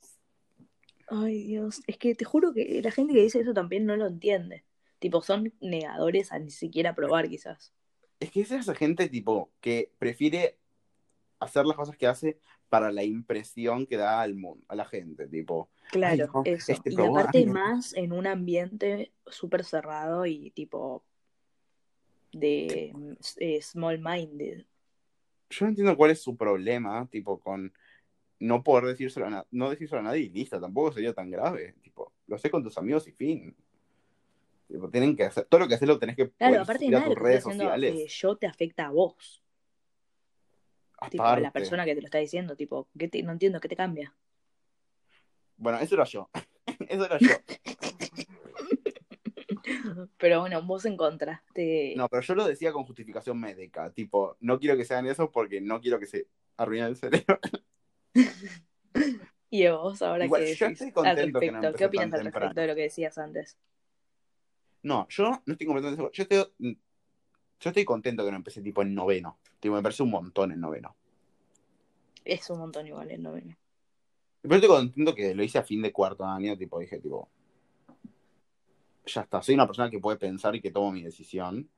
Speaker 2: Ay, Dios. Es que te juro que la gente que dice eso también no lo entiende. Tipo, son negadores a ni siquiera probar, quizás.
Speaker 1: Es que es esa gente tipo que prefiere hacer las cosas que hace para la impresión que da al mundo, a la gente, tipo.
Speaker 2: Claro,
Speaker 1: Ay, no,
Speaker 2: eso.
Speaker 1: este
Speaker 2: y
Speaker 1: probó
Speaker 2: aparte
Speaker 1: algo.
Speaker 2: más en un ambiente súper cerrado y tipo de mm, eh, small minded.
Speaker 1: Yo no entiendo cuál es su problema, tipo, con no poder decírselo a, na- no decírselo a nadie y listo, tampoco sería tan grave, tipo, lo sé con tus amigos y fin. Tipo, tienen que hacer, todo lo que haces lo tenés que
Speaker 2: Claro,
Speaker 1: poder
Speaker 2: aparte de
Speaker 1: subir
Speaker 2: nada,
Speaker 1: a tus
Speaker 2: lo que te
Speaker 1: redes
Speaker 2: está haciendo
Speaker 1: sociales.
Speaker 2: eh, yo te afecta a vos. Tipo, a la
Speaker 1: aparte.
Speaker 2: persona que te lo está diciendo, tipo, ¿qué te- no entiendo, ¿qué te cambia?
Speaker 1: Bueno, eso era yo. eso era yo.
Speaker 2: Pero bueno, vos encontraste.
Speaker 1: No, pero yo lo decía con justificación médica, tipo, no quiero que sean eso porque no quiero que se arruine el cerebro.
Speaker 2: Y a vos ahora
Speaker 1: Igual,
Speaker 2: qué
Speaker 1: yo
Speaker 2: decís
Speaker 1: estoy
Speaker 2: al
Speaker 1: contento que
Speaker 2: respecto.
Speaker 1: no
Speaker 2: ¿Qué
Speaker 1: empecé
Speaker 2: opinas
Speaker 1: tan
Speaker 2: al respecto de
Speaker 1: temprano.
Speaker 2: lo que decías antes?
Speaker 1: No, yo no estoy completamente seguro. Yo estoy, yo estoy contento que no empecé tipo en noveno. Tipo, me parece un montón en noveno.
Speaker 2: Es un montón igual ¿eh? el noveno.
Speaker 1: Pero estoy contento que lo hice a fin de cuarto año, tipo, dije, tipo, ya está, soy una persona que puede pensar y que tomo mi decisión.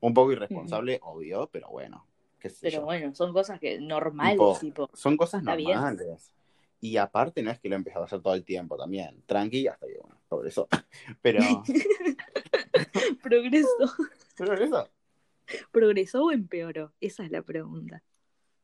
Speaker 1: Un poco irresponsable, obvio, pero bueno, qué sé
Speaker 2: Pero
Speaker 1: yo.
Speaker 2: bueno, son cosas que normales,
Speaker 1: Tipo,
Speaker 2: tipo.
Speaker 1: Son cosas
Speaker 2: Está bien.
Speaker 1: normales. Y aparte no es que lo he empezado a hacer todo el tiempo también. Tranqui, hasta que, bueno, progresó. Pero,
Speaker 2: ¿Progresó?
Speaker 1: progresó.
Speaker 2: ¿Progresó o empeoró? Esa es la pregunta.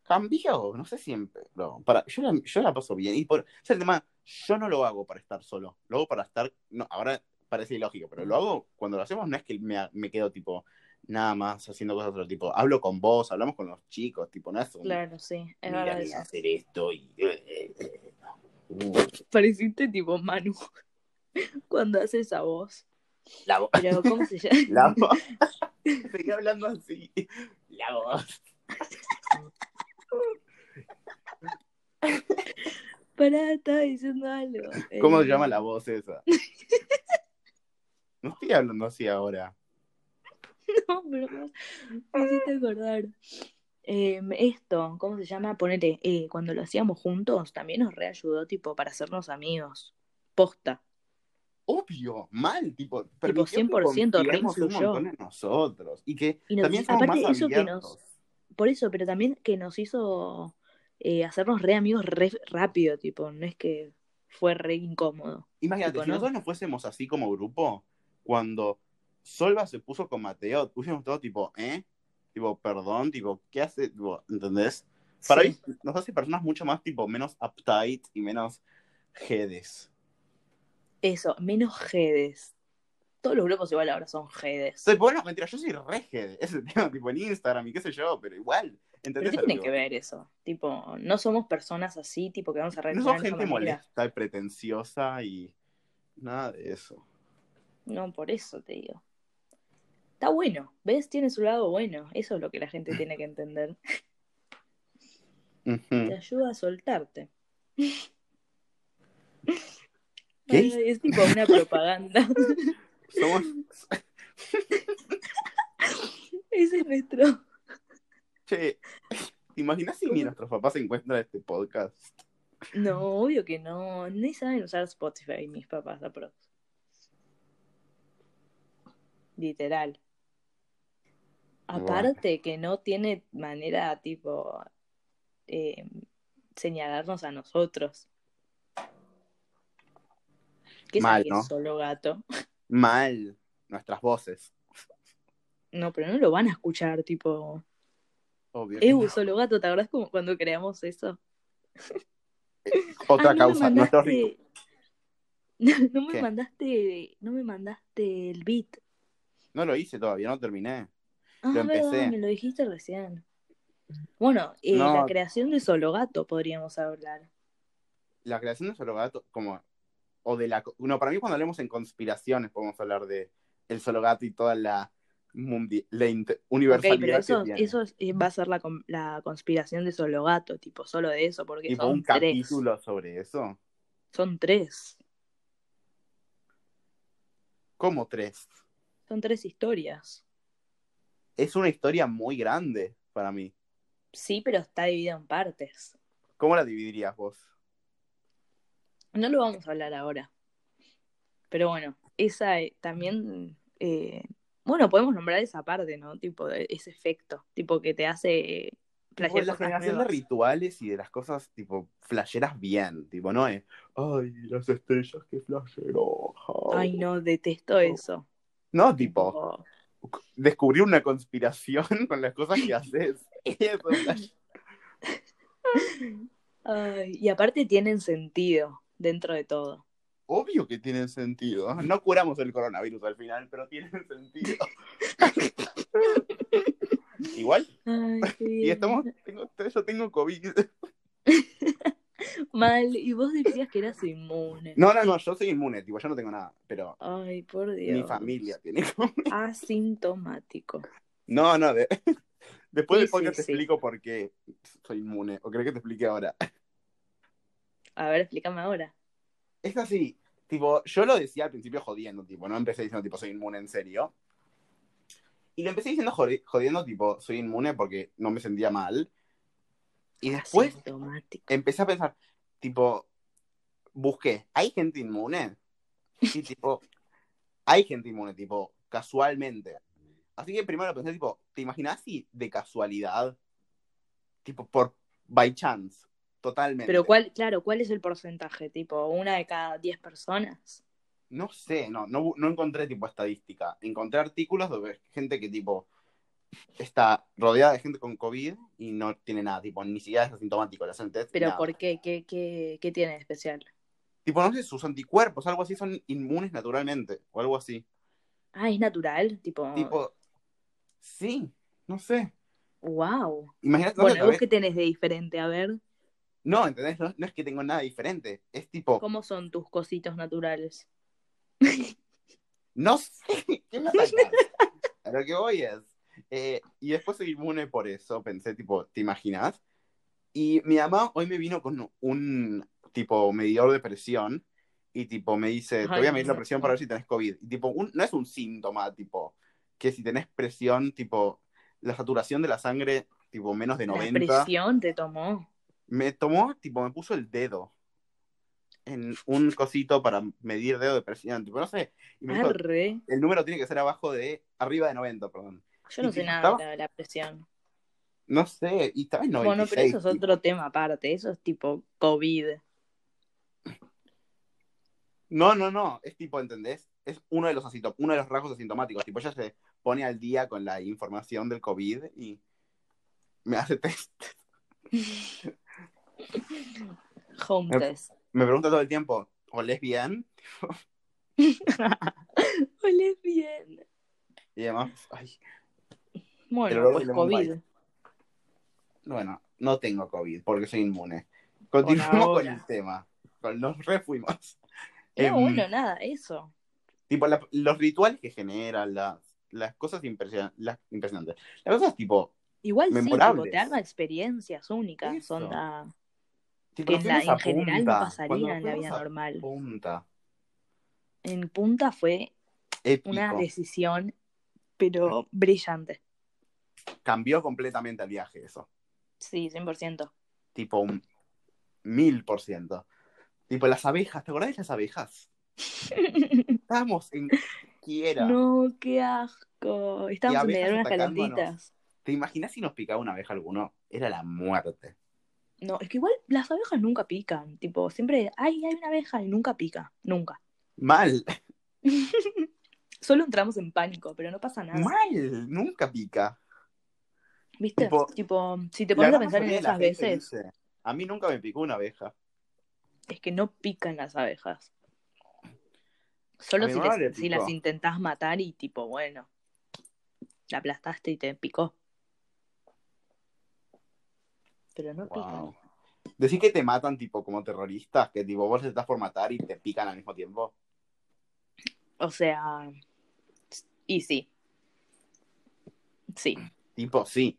Speaker 1: Cambió, no sé siempre. No, para, yo, la, yo la paso bien. Y por, o sea, el tema, yo no lo hago para estar solo. Lo hago para estar. No, ahora parece ilógico, pero lo hago cuando lo hacemos. No es que me, me quedo tipo nada más haciendo cosas de otro tipo. Hablo con vos, hablamos con los chicos, tipo, no es un.
Speaker 2: Claro, sí, es
Speaker 1: Mira,
Speaker 2: verdad
Speaker 1: voy a
Speaker 2: eso.
Speaker 1: hacer esto y. eh, Uh,
Speaker 2: Pareciste tipo Manu cuando hace esa voz.
Speaker 1: la, vo-
Speaker 2: Pero, ¿cómo se llama?
Speaker 1: la voz. Seguí hablando así. La voz.
Speaker 2: Pará, estaba diciendo algo.
Speaker 1: ¿Cómo
Speaker 2: Eh,
Speaker 1: se llama la voz esa? No estoy hablando así ahora.
Speaker 2: No, pero me me hiciste acordar. Eh, esto, ¿cómo se llama? Ponete, eh, cuando lo hacíamos juntos, también nos reayudó, tipo, para hacernos amigos. Posta.
Speaker 1: Obvio, mal, tipo,
Speaker 2: Tipo,
Speaker 1: permitió que
Speaker 2: 100%
Speaker 1: confiemos un
Speaker 2: reinfluyó.
Speaker 1: montón en nosotros y que
Speaker 2: Y nos-
Speaker 1: también somos
Speaker 2: aparte,
Speaker 1: más
Speaker 2: eso que
Speaker 1: abiertos.
Speaker 2: nos. Por eso, pero también que nos hizo eh, hacernos re amigos re rápido, tipo, no es que fue re incómodo.
Speaker 1: Imagínate,
Speaker 2: Tipo,
Speaker 1: si
Speaker 2: ¿no?
Speaker 1: nosotros no fuésemos así como grupo, cuando Solva se puso con Mateo, pusimos todo tipo, ¿eh? Tipo, perdón, tipo, ¿qué hace? Tipo, ¿entendés? Para
Speaker 2: Sí.
Speaker 1: mí nos hace personas mucho más, tipo, menos uptight y menos jedes.
Speaker 2: Eso, menos Jedes. Todos los grupos igual ahora son Jedes.
Speaker 1: Soy, bueno, mentira, yo soy re jede. Ese tema, tipo, en Instagram y qué sé yo, pero igual,
Speaker 2: ¿Pero
Speaker 1: ¿entendés?
Speaker 2: qué
Speaker 1: a lo
Speaker 2: tiene
Speaker 1: que
Speaker 2: que
Speaker 1: voy?
Speaker 2: ver eso? Tipo, no somos personas así, tipo, que vamos a
Speaker 1: No
Speaker 2: reaccionar
Speaker 1: son
Speaker 2: de esa
Speaker 1: gente
Speaker 2: manera.
Speaker 1: molesta y pretenciosa y nada de eso.
Speaker 2: No, por eso te digo. Está bueno, ¿ves? Tiene su lado bueno. Eso es lo que la gente tiene que entender.
Speaker 1: Ujú.
Speaker 2: Te ayuda a soltarte.
Speaker 1: ¿Qué?
Speaker 2: Ay, es tipo una propaganda.
Speaker 1: Somos,
Speaker 2: Ese es nuestro.
Speaker 1: che, ¿te imaginas si ni nuestros papás encuentran este podcast?
Speaker 2: No, obvio que no. Ni saben usar Spotify mis papás, aprox. Literal.
Speaker 1: Bueno.
Speaker 2: Aparte que no tiene manera tipo eh, señalarnos a nosotros. ¿Qué
Speaker 1: Mal,
Speaker 2: sabes que
Speaker 1: ¿no?
Speaker 2: es solo gato?
Speaker 1: Mal, nuestras voces,
Speaker 2: No, pero no lo van a escuchar, tipo.
Speaker 1: obvio. que
Speaker 2: Eu,
Speaker 1: no.
Speaker 2: solo gato, ¿te acordás como cuando creamos eso?
Speaker 1: Otra
Speaker 2: Ah, no me
Speaker 1: causa, nuestros ricos.
Speaker 2: mandaste. No, no me
Speaker 1: ¿Qué?
Speaker 2: mandaste. No me mandaste el beat.
Speaker 1: No lo hice todavía, no terminé.
Speaker 2: Ah,
Speaker 1: Lo
Speaker 2: verdad,
Speaker 1: empecé.
Speaker 2: me lo dijiste recién. Bueno, eh,
Speaker 1: No.
Speaker 2: la creación de Solo Gato podríamos hablar.
Speaker 1: La creación de solo gato, como, o de la... co- No, para mí cuando hablemos en conspiraciones podemos hablar de el solo gato y toda la, mundi- la inter-
Speaker 2: Ok,
Speaker 1: universalidad
Speaker 2: pero eso,
Speaker 1: que tiene.
Speaker 2: eso es- eh, va a ser la, con- la conspiración de Solo Gato, tipo, solo de eso, porque
Speaker 1: tipo
Speaker 2: son
Speaker 1: un
Speaker 2: tres.
Speaker 1: capítulo sobre eso.
Speaker 2: Son tres.
Speaker 1: Como tres.
Speaker 2: Son tres historias.
Speaker 1: Es una historia muy grande para mí.
Speaker 2: Sí, pero está dividida en partes.
Speaker 1: ¿Cómo la dividirías vos?
Speaker 2: No lo vamos a hablar ahora. Pero bueno, esa eh, también, eh, bueno, podemos nombrar esa parte, ¿no? Tipo, de- ese efecto, tipo que te hace eh,
Speaker 1: Tipo,
Speaker 2: flashear
Speaker 1: la
Speaker 2: cosas
Speaker 1: generación de
Speaker 2: nuevas.
Speaker 1: rituales y de las cosas, tipo, flasheras bien. Tipo, no es, ay, las estrellas que flasheró.
Speaker 2: Ay, no, detesto eso. Oh,
Speaker 1: No, Oh, tipo, descubrir una conspiración con las cosas que haces. Eso, flash.
Speaker 2: Ay, y aparte tienen sentido dentro de todo.
Speaker 1: Obvio que tienen sentido. No curamos el coronavirus al final, pero tienen sentido. Igual,
Speaker 2: Ay, qué
Speaker 1: y
Speaker 2: bien.
Speaker 1: estamos, tengo, yo tengo COVID.
Speaker 2: Mal, y vos decías que eras inmune.
Speaker 1: No, no, no, yo soy inmune, tipo, yo no tengo nada, pero
Speaker 2: Ay, por Dios.
Speaker 1: mi familia tiene.
Speaker 2: Asintomático.
Speaker 1: No, no, de- después
Speaker 2: Sí,
Speaker 1: del podcast
Speaker 2: sí,
Speaker 1: te
Speaker 2: sí.
Speaker 1: explico por qué soy inmune, o creo que te explique ahora.
Speaker 2: A ver, explícame ahora.
Speaker 1: Es así, tipo, yo lo decía al principio jodiendo, tipo, no empecé diciendo, tipo, soy inmune en serio. Y lo empecé diciendo jode- jodiendo, tipo, soy inmune porque no me sentía mal. Y
Speaker 2: Ah,
Speaker 1: después
Speaker 2: Asintomático.
Speaker 1: empecé a pensar, tipo, busqué, ¿hay gente inmune? Y tipo, hay gente inmune, tipo, casualmente. Así que primero pensé, tipo, ¿te imaginas si de casualidad? Tipo, por by chance, totalmente.
Speaker 2: Pero cuál, claro, ¿cuál es el porcentaje? Tipo, una de cada diez personas.
Speaker 1: No sé, no, no, bu- no encontré tipo estadística. Encontré artículos de gente que tipo está rodeada de gente con COVID y no tiene nada, tipo, ni siquiera es asintomático, le hacen test.
Speaker 2: Pero
Speaker 1: nada.
Speaker 2: ¿por qué? ¿Qué, qué? qué tiene de especial?
Speaker 1: Tipo, no sé, sus anticuerpos, algo así, son inmunes naturalmente, o algo así.
Speaker 2: Ah, es natural, tipo,
Speaker 1: Tipo, sí, no sé.
Speaker 2: wow.
Speaker 1: Imagínate, no,
Speaker 2: Bueno,
Speaker 1: te
Speaker 2: ¿y vos
Speaker 1: sabés-
Speaker 2: qué tenés de diferente? A ver,
Speaker 1: no, ¿entendés? No, no es que tengo nada diferente. Es tipo,
Speaker 2: ¿cómo son tus cositos naturales?
Speaker 1: no sé, ¿qué me sacás? A lo que voy es. eh, y después soy inmune por eso, pensé, tipo, ¿te imaginas? Y mi mamá hoy me vino con un tipo medidor de presión y tipo me dice, te voy a
Speaker 2: Ay,
Speaker 1: medir la
Speaker 2: no.
Speaker 1: presión para ver si tenés COVID. Y tipo, un- no es un síntoma, tipo, que si tenés presión, tipo, la saturación de la sangre, tipo, menos de
Speaker 2: La
Speaker 1: 90.
Speaker 2: presión te tomó.
Speaker 1: Me tomó, tipo, me puso el dedo en un cosito para medir dedo de presión, tipo, no sé. Y
Speaker 2: Ah,
Speaker 1: me dijo,
Speaker 2: Arre.
Speaker 1: el número tiene que ser abajo de, arriba de 90, perdón.
Speaker 2: Yo no
Speaker 1: Y
Speaker 2: sé
Speaker 1: te
Speaker 2: nada de
Speaker 1: estaba-
Speaker 2: la, la presión.
Speaker 1: No sé, y estaba en 96.
Speaker 2: Bueno, pero eso es
Speaker 1: tipo. Eh.
Speaker 2: otro tema aparte. Eso es tipo COVID.
Speaker 1: No, no, no. Es tipo, ¿entendés? Es uno de los asito- uno de los rasgos asintomáticos. Tipo, ella se pone al día con la información del COVID y me hace test.
Speaker 2: Home
Speaker 1: Eh.
Speaker 2: test.
Speaker 1: Me pregunta todo el tiempo, ¿olés bien?
Speaker 2: Huele bien.
Speaker 1: Y además, ay, El
Speaker 2: Bueno,
Speaker 1: olor
Speaker 2: pues
Speaker 1: de lemon
Speaker 2: COVID.
Speaker 1: bueno, no tengo COVID porque soy inmune. Continuamos
Speaker 2: Por
Speaker 1: con
Speaker 2: ahora.
Speaker 1: el tema. Con los refuimos.
Speaker 2: No,
Speaker 1: Em,
Speaker 2: bueno, nada, eso.
Speaker 1: Tipo, la- los rituales que generan, las, las cosas impresionan- las, impresionantes. Las cosas tipo,
Speaker 2: Igual sí, tipo,
Speaker 1: memorables.
Speaker 2: te arma experiencias únicas.
Speaker 1: Eso.
Speaker 2: onda,
Speaker 1: tipo
Speaker 2: que
Speaker 1: nos
Speaker 2: en, la-
Speaker 1: fuimos a
Speaker 2: en general no
Speaker 1: punta. Cuando
Speaker 2: pasaría
Speaker 1: nos
Speaker 2: en la
Speaker 1: fuimos
Speaker 2: vida
Speaker 1: a
Speaker 2: normal.
Speaker 1: Punta.
Speaker 2: En Punta fue
Speaker 1: Épico.
Speaker 2: una decisión, pero brillante.
Speaker 1: cambió completamente el viaje eso.
Speaker 2: Sí, 100%.
Speaker 1: Tipo un mil por ciento. Tipo las abejas, ¿te acordás de las abejas? Estábamos en quiera.
Speaker 2: no, qué asco.
Speaker 1: Y
Speaker 2: Estábamos en medio
Speaker 1: abejas
Speaker 2: de unas
Speaker 1: atacándonos.
Speaker 2: calentitas.
Speaker 1: ¿Te imaginas si nos picaba una abeja alguno? Era la muerte.
Speaker 2: No, es que igual las abejas nunca pican. Tipo, siempre, ay, hay una abeja y nunca pica. Nunca.
Speaker 1: Mal,
Speaker 2: Solo entramos en pánico, pero no pasa nada.
Speaker 1: mal, nunca pica.
Speaker 2: ¿Viste?
Speaker 1: Tipo-
Speaker 2: Tipo, si te pones
Speaker 1: La
Speaker 2: a
Speaker 1: gran
Speaker 2: pensar en
Speaker 1: mayoría de la
Speaker 2: esas
Speaker 1: gente
Speaker 2: veces,
Speaker 1: dice, a mí nunca me picó una abeja.
Speaker 2: es que no pican las abejas.
Speaker 1: A
Speaker 2: Solo
Speaker 1: mi
Speaker 2: si,
Speaker 1: mamá
Speaker 2: les-
Speaker 1: le
Speaker 2: si
Speaker 1: picó.
Speaker 2: las intentás matar y tipo, bueno, la aplastaste y te picó. Pero no
Speaker 1: Wow.
Speaker 2: pican.
Speaker 1: Decir que te matan tipo como terroristas, que tipo vos estás por matar y te pican al mismo tiempo.
Speaker 2: O sea, y sí. Sí.
Speaker 1: Tipo, sí.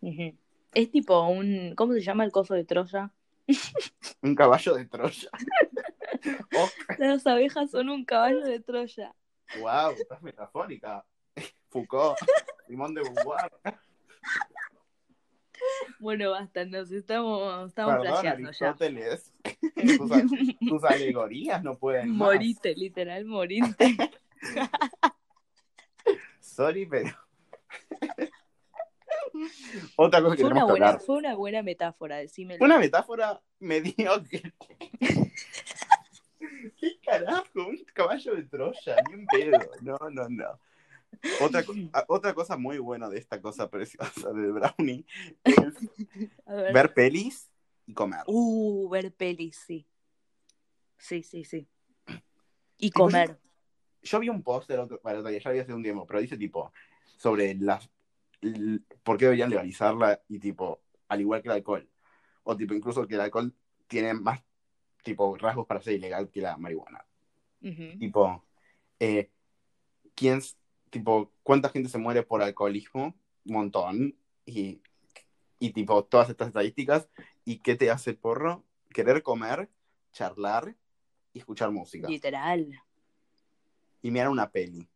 Speaker 2: Ujú. Es tipo un, ¿cómo se llama el coso de Troya?
Speaker 1: Un caballo de Troya. Oh,
Speaker 2: Las abejas son un caballo de Troya.
Speaker 1: Wow, estás metafórica. Foucault, Simón de Beauvoir.
Speaker 2: Bueno, basta, nos estamos, estamos
Speaker 1: Perdón,
Speaker 2: flasheando ya.
Speaker 1: Aristóteles. Sus, a- sus alegorías no pueden. más.
Speaker 2: Morite, literal, morite.
Speaker 1: Sorry, pero. Otra cosa que
Speaker 2: Fue una,
Speaker 1: tenemos que
Speaker 2: buena,
Speaker 1: hablar.
Speaker 2: fue una buena metáfora, decímelo.
Speaker 1: Una metáfora mediocre. ¿Qué carajo? Un caballo de Troya, ni un pedo. No, no, no. Otra, co- a- otra cosa muy buena de esta cosa preciosa del brownie es
Speaker 2: A ver.
Speaker 1: ver pelis y comer.
Speaker 2: Uh, ver pelis, sí. Sí, sí, sí. Y
Speaker 1: Tipo, yo-
Speaker 2: comer.
Speaker 1: Yo vi un post del otro, para el otro día, ya lo vi hace un tiempo, pero dice tipo, sobre las, l- por qué deberían legalizarla y tipo, al igual que el alcohol. O tipo, incluso que el alcohol tiene más tipo rasgos para ser ilegal que la marihuana.
Speaker 2: Ujú.
Speaker 1: tipo, eh, ¿quién, s- tipo, cuánta gente se muere por alcoholismo? Un montón. Y, y, tipo, todas estas estadísticas. ¿Y qué te hace el porro? Querer comer, charlar y escuchar música. Y,
Speaker 2: Literal.
Speaker 1: mirar una peli.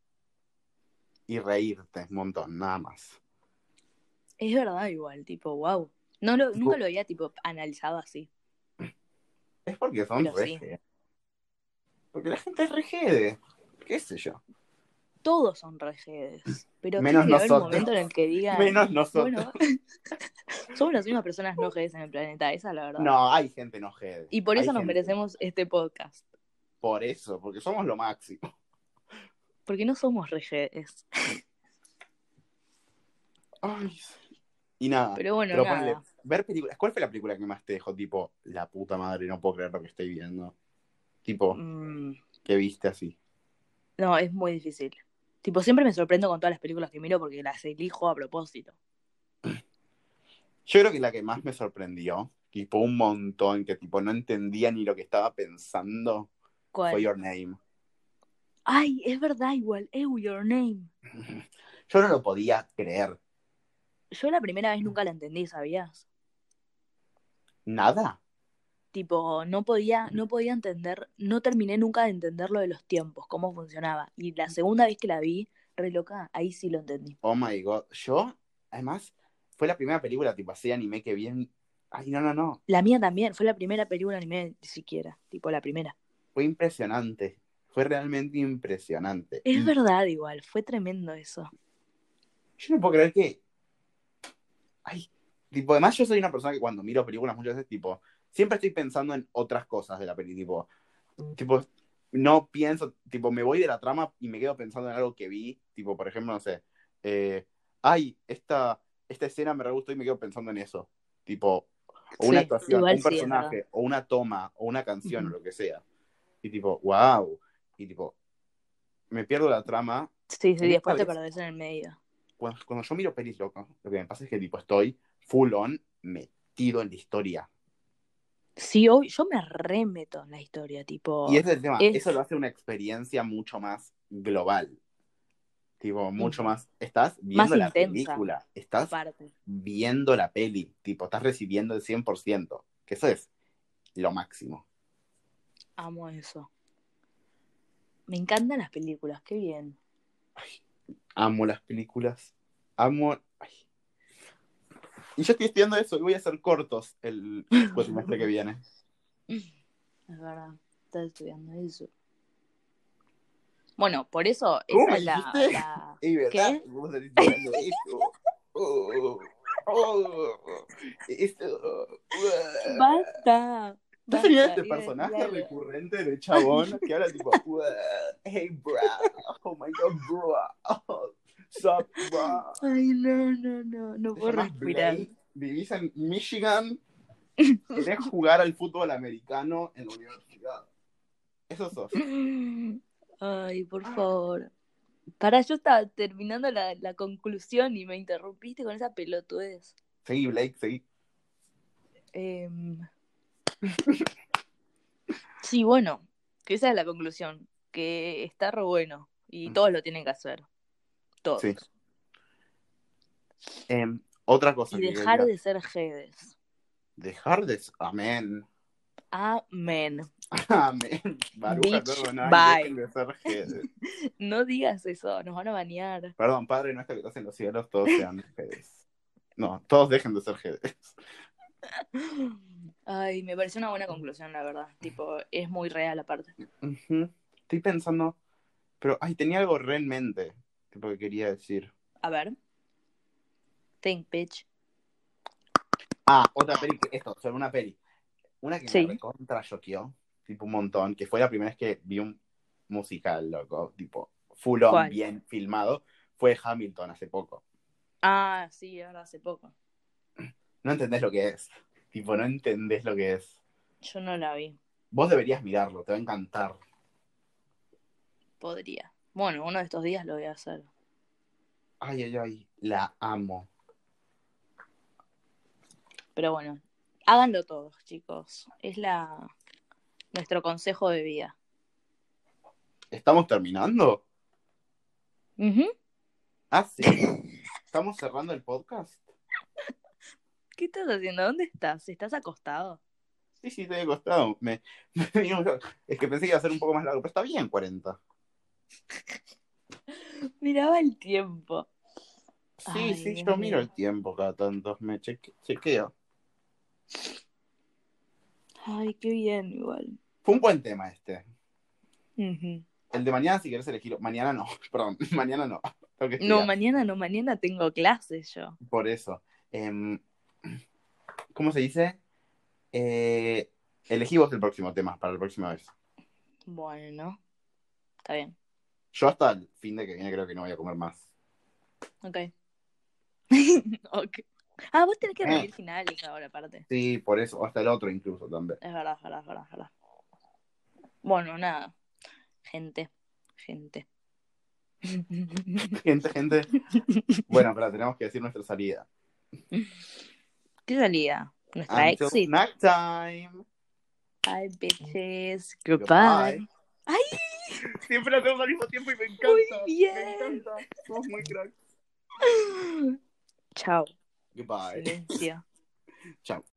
Speaker 1: Y reírte un montón, nada más.
Speaker 2: Es verdad igual, tipo, wow. No lo,
Speaker 1: Tipo-
Speaker 2: nunca lo había tipo analizado así.
Speaker 1: Es porque son
Speaker 2: Pero sí.
Speaker 1: rege. Porque la gente es regede. ¿Qué sé yo?
Speaker 2: Todos son rejedes. Pero
Speaker 1: Menos
Speaker 2: tiene que haber un
Speaker 1: nosotros.
Speaker 2: momento en el que digan.
Speaker 1: Menos nosotros.
Speaker 2: Bueno, somos las únicas personas no redes en el planeta, esa es la verdad.
Speaker 1: No, hay gente no jede.
Speaker 2: Y por
Speaker 1: Hay
Speaker 2: eso nos
Speaker 1: gente-
Speaker 2: merecemos este podcast.
Speaker 1: Por eso, porque somos lo máximo.
Speaker 2: Porque no somos rejedes.
Speaker 1: Ay, sí. Y nada.
Speaker 2: Pero bueno,
Speaker 1: Ah, Pero
Speaker 2: nada.
Speaker 1: ponle, ver películas. ¿Cuál fue la película que más te dejó tipo, la puta madre, no puedo creer lo que estoy viendo? Tipo,
Speaker 2: Mm,
Speaker 1: que viste así.
Speaker 2: no, es muy difícil. Tipo, siempre me sorprendo con todas las películas que miro porque las elijo a propósito.
Speaker 1: Yo creo que la que más me sorprendió, tipo un montón, que tipo no entendía ni lo que estaba pensando,
Speaker 2: ¿Cuál?
Speaker 1: fue Your Name.
Speaker 2: Ay, es verdad, igual. Ew, your name.
Speaker 1: Yo no lo podía creer.
Speaker 2: Yo la primera vez nunca la entendí, ¿sabías?
Speaker 1: Nada.
Speaker 2: Tipo, no podía, no podía entender, no terminé nunca de entender lo de los tiempos, cómo funcionaba. Y la segunda vez que la vi, re loca, ahí sí lo entendí.
Speaker 1: Oh my god. Yo, además, fue la primera película tipo así de anime que vi en- Ay, no, no, no.
Speaker 2: La mía también, fue la primera película anime, ni siquiera. Tipo, la primera.
Speaker 1: Fue impresionante. Fue realmente impresionante.
Speaker 2: Es
Speaker 1: Y-
Speaker 2: verdad, igual, fue tremendo eso.
Speaker 1: Yo no puedo creer que. Ay, tipo, además yo soy una persona que cuando miro películas muchas veces, tipo, siempre estoy pensando en otras cosas de la peli, tipo, tipo, no pienso, tipo, me voy de la trama y me quedo pensando en algo que vi, tipo, por ejemplo, no sé, eh, ay, esta, esta escena me re gustó y me quedo pensando en eso, tipo, o una
Speaker 2: Sí,
Speaker 1: actuación, o
Speaker 2: igual sí,
Speaker 1: un
Speaker 2: es
Speaker 1: personaje, o una toma, o una canción,
Speaker 2: Ujú.
Speaker 1: o lo que sea. Y tipo, wow, y tipo, me pierdo la trama
Speaker 2: Sí, sí,
Speaker 1: Una
Speaker 2: después te
Speaker 1: vez-
Speaker 2: perdés en el medio.
Speaker 1: cuando, cuando yo miro pelis, loco, lo que me pasa es que tipo estoy full on metido en la historia.
Speaker 2: Sí, hoy yo me remeto en la historia, tipo.
Speaker 1: Y ese es el tema,
Speaker 2: Oh, es-
Speaker 1: eso lo hace una experiencia mucho más global. Tipo, mucho
Speaker 2: Ujú.
Speaker 1: más. Estás viendo la
Speaker 2: Mm. intensa.
Speaker 1: película, estás
Speaker 2: Aparte.
Speaker 1: viendo la peli, tipo, estás recibiendo el 100%, que eso es lo máximo.
Speaker 2: Amo eso. Me encantan las películas, qué bien.
Speaker 1: Amo las películas, amo. ay. Y yo estoy estudiando eso y voy a hacer cortos el cuatrimestre que viene. Mm.
Speaker 2: Es verdad, estás estudiando eso. Bueno, por eso
Speaker 1: ¿Cómo
Speaker 2: esa
Speaker 1: me
Speaker 2: es la,
Speaker 1: dijiste?
Speaker 2: la-
Speaker 1: Es verdad,
Speaker 2: ¿Qué?
Speaker 1: vos estás estudiando eso. Oh, oh, eso. Uah.
Speaker 2: Basta.
Speaker 1: ¿No
Speaker 2: basta,
Speaker 1: sería este
Speaker 2: Ian,
Speaker 1: personaje
Speaker 2: claro.
Speaker 1: recurrente de chabón que habla tipo, "Uah, hey, bro, oh my god, bro, oh, sup, bro?
Speaker 2: Ay, no, no, no, no
Speaker 1: Te
Speaker 2: puedo
Speaker 1: llamás
Speaker 2: respirar.
Speaker 1: Blake, vivís en Michigan, querés jugar al fútbol americano en la universidad. Eso sos.
Speaker 2: Ay, por favor. Para, yo estaba terminando la, la conclusión y me interrumpiste con esa pelotudez.
Speaker 1: Seguí, Blake, seguí.
Speaker 2: Em, Sí, bueno, que esa es la conclusión, que está re bueno y todos lo tienen que hacer. Todos.
Speaker 1: Sí. Em, otra cosa
Speaker 2: Y
Speaker 1: que
Speaker 2: dejar
Speaker 1: quería-
Speaker 2: de ser jedes.
Speaker 1: Dejar de... Amén.
Speaker 2: Amén.
Speaker 1: Amén. Baruja,
Speaker 2: Bitch,
Speaker 1: perdona,
Speaker 2: bye.
Speaker 1: dejen de ser jedes.
Speaker 2: No digas eso, nos van a banear.
Speaker 1: Perdón, Padre nuestro que estás en los cielos, todos sean jedes. No, todos dejen de ser GDs.
Speaker 2: Ay, me pareció una buena conclusión, la verdad. Tipo, es muy real aparte.
Speaker 1: Ujú. Estoy pensando, pero, ay, tenía algo re en mente, tipo que quería decir.
Speaker 2: A ver. Think, bitch.
Speaker 1: Ah, otra peli, que- esto, sobre una peli. Una que
Speaker 2: Sí.
Speaker 1: me recontra choqueó, tipo un montón, que fue la primera vez que vi un musical, loco, tipo, full on,
Speaker 2: ¿Cuál?
Speaker 1: bien filmado, fue Hamilton hace poco.
Speaker 2: Ah, sí, ahora hace poco.
Speaker 1: No entendés lo que es. Tipo, no entendés lo que es.
Speaker 2: Yo no la vi.
Speaker 1: Vos deberías mirarlo, te va a encantar.
Speaker 2: Podría. Bueno, uno de estos días lo voy a hacer.
Speaker 1: Ay, ay, ay, la amo.
Speaker 2: Pero bueno, háganlo todos, chicos. Es la nuestro consejo de vida.
Speaker 1: ¿Estamos terminando?
Speaker 2: Ujú.
Speaker 1: Ah, sí. ¿Estamos cerrando el podcast?
Speaker 2: ¿Qué estás haciendo? ¿Dónde estás? ¿Estás acostado?
Speaker 1: Sí, sí, te he costado. Me, me dio un- es que pensé que iba a ser un poco más largo, pero está bien 40.
Speaker 2: Miraba el tiempo.
Speaker 1: Sí,
Speaker 2: Ay,
Speaker 1: sí,
Speaker 2: Dios
Speaker 1: yo miro
Speaker 2: mío.
Speaker 1: el tiempo cada tanto, me cheque- chequeo.
Speaker 2: Ay, qué bien, igual.
Speaker 1: Fue un buen tema este.
Speaker 2: Ujú.
Speaker 1: El de mañana, si querés elegirlo. Mañana no, perdón, mañana no. Tengo que
Speaker 2: No,
Speaker 1: estudiar,
Speaker 2: mañana no, mañana tengo clases yo.
Speaker 1: por eso. Em, ¿Cómo se dice? Eh, elegí vos el próximo tema para la próxima vez.
Speaker 2: Bueno, está bien.
Speaker 1: Yo hasta el fin de que viene creo que no voy a comer más.
Speaker 2: Ok. ok. Ah, vos tenés que rendir finales ahora, aparte.
Speaker 1: Sí, por eso, o hasta el otro incluso también.
Speaker 2: Es verdad, es verdad, es verdad, es verdad. Bueno, nada. Gente, gente.
Speaker 1: Gente, gente. Bueno, pero tenemos que decir nuestra salida.
Speaker 2: ¿Qué salía? Nuestra
Speaker 1: Until
Speaker 2: exit.
Speaker 1: snack time.
Speaker 2: Bye, bitches.
Speaker 1: Goodbye.
Speaker 2: Goodbye.
Speaker 1: Siempre lo hacemos al mismo tiempo y me encanta.
Speaker 2: Muy bien.
Speaker 1: Somos muy cracks.
Speaker 2: Chao.
Speaker 1: Goodbye.
Speaker 2: Silencio.
Speaker 1: Chao.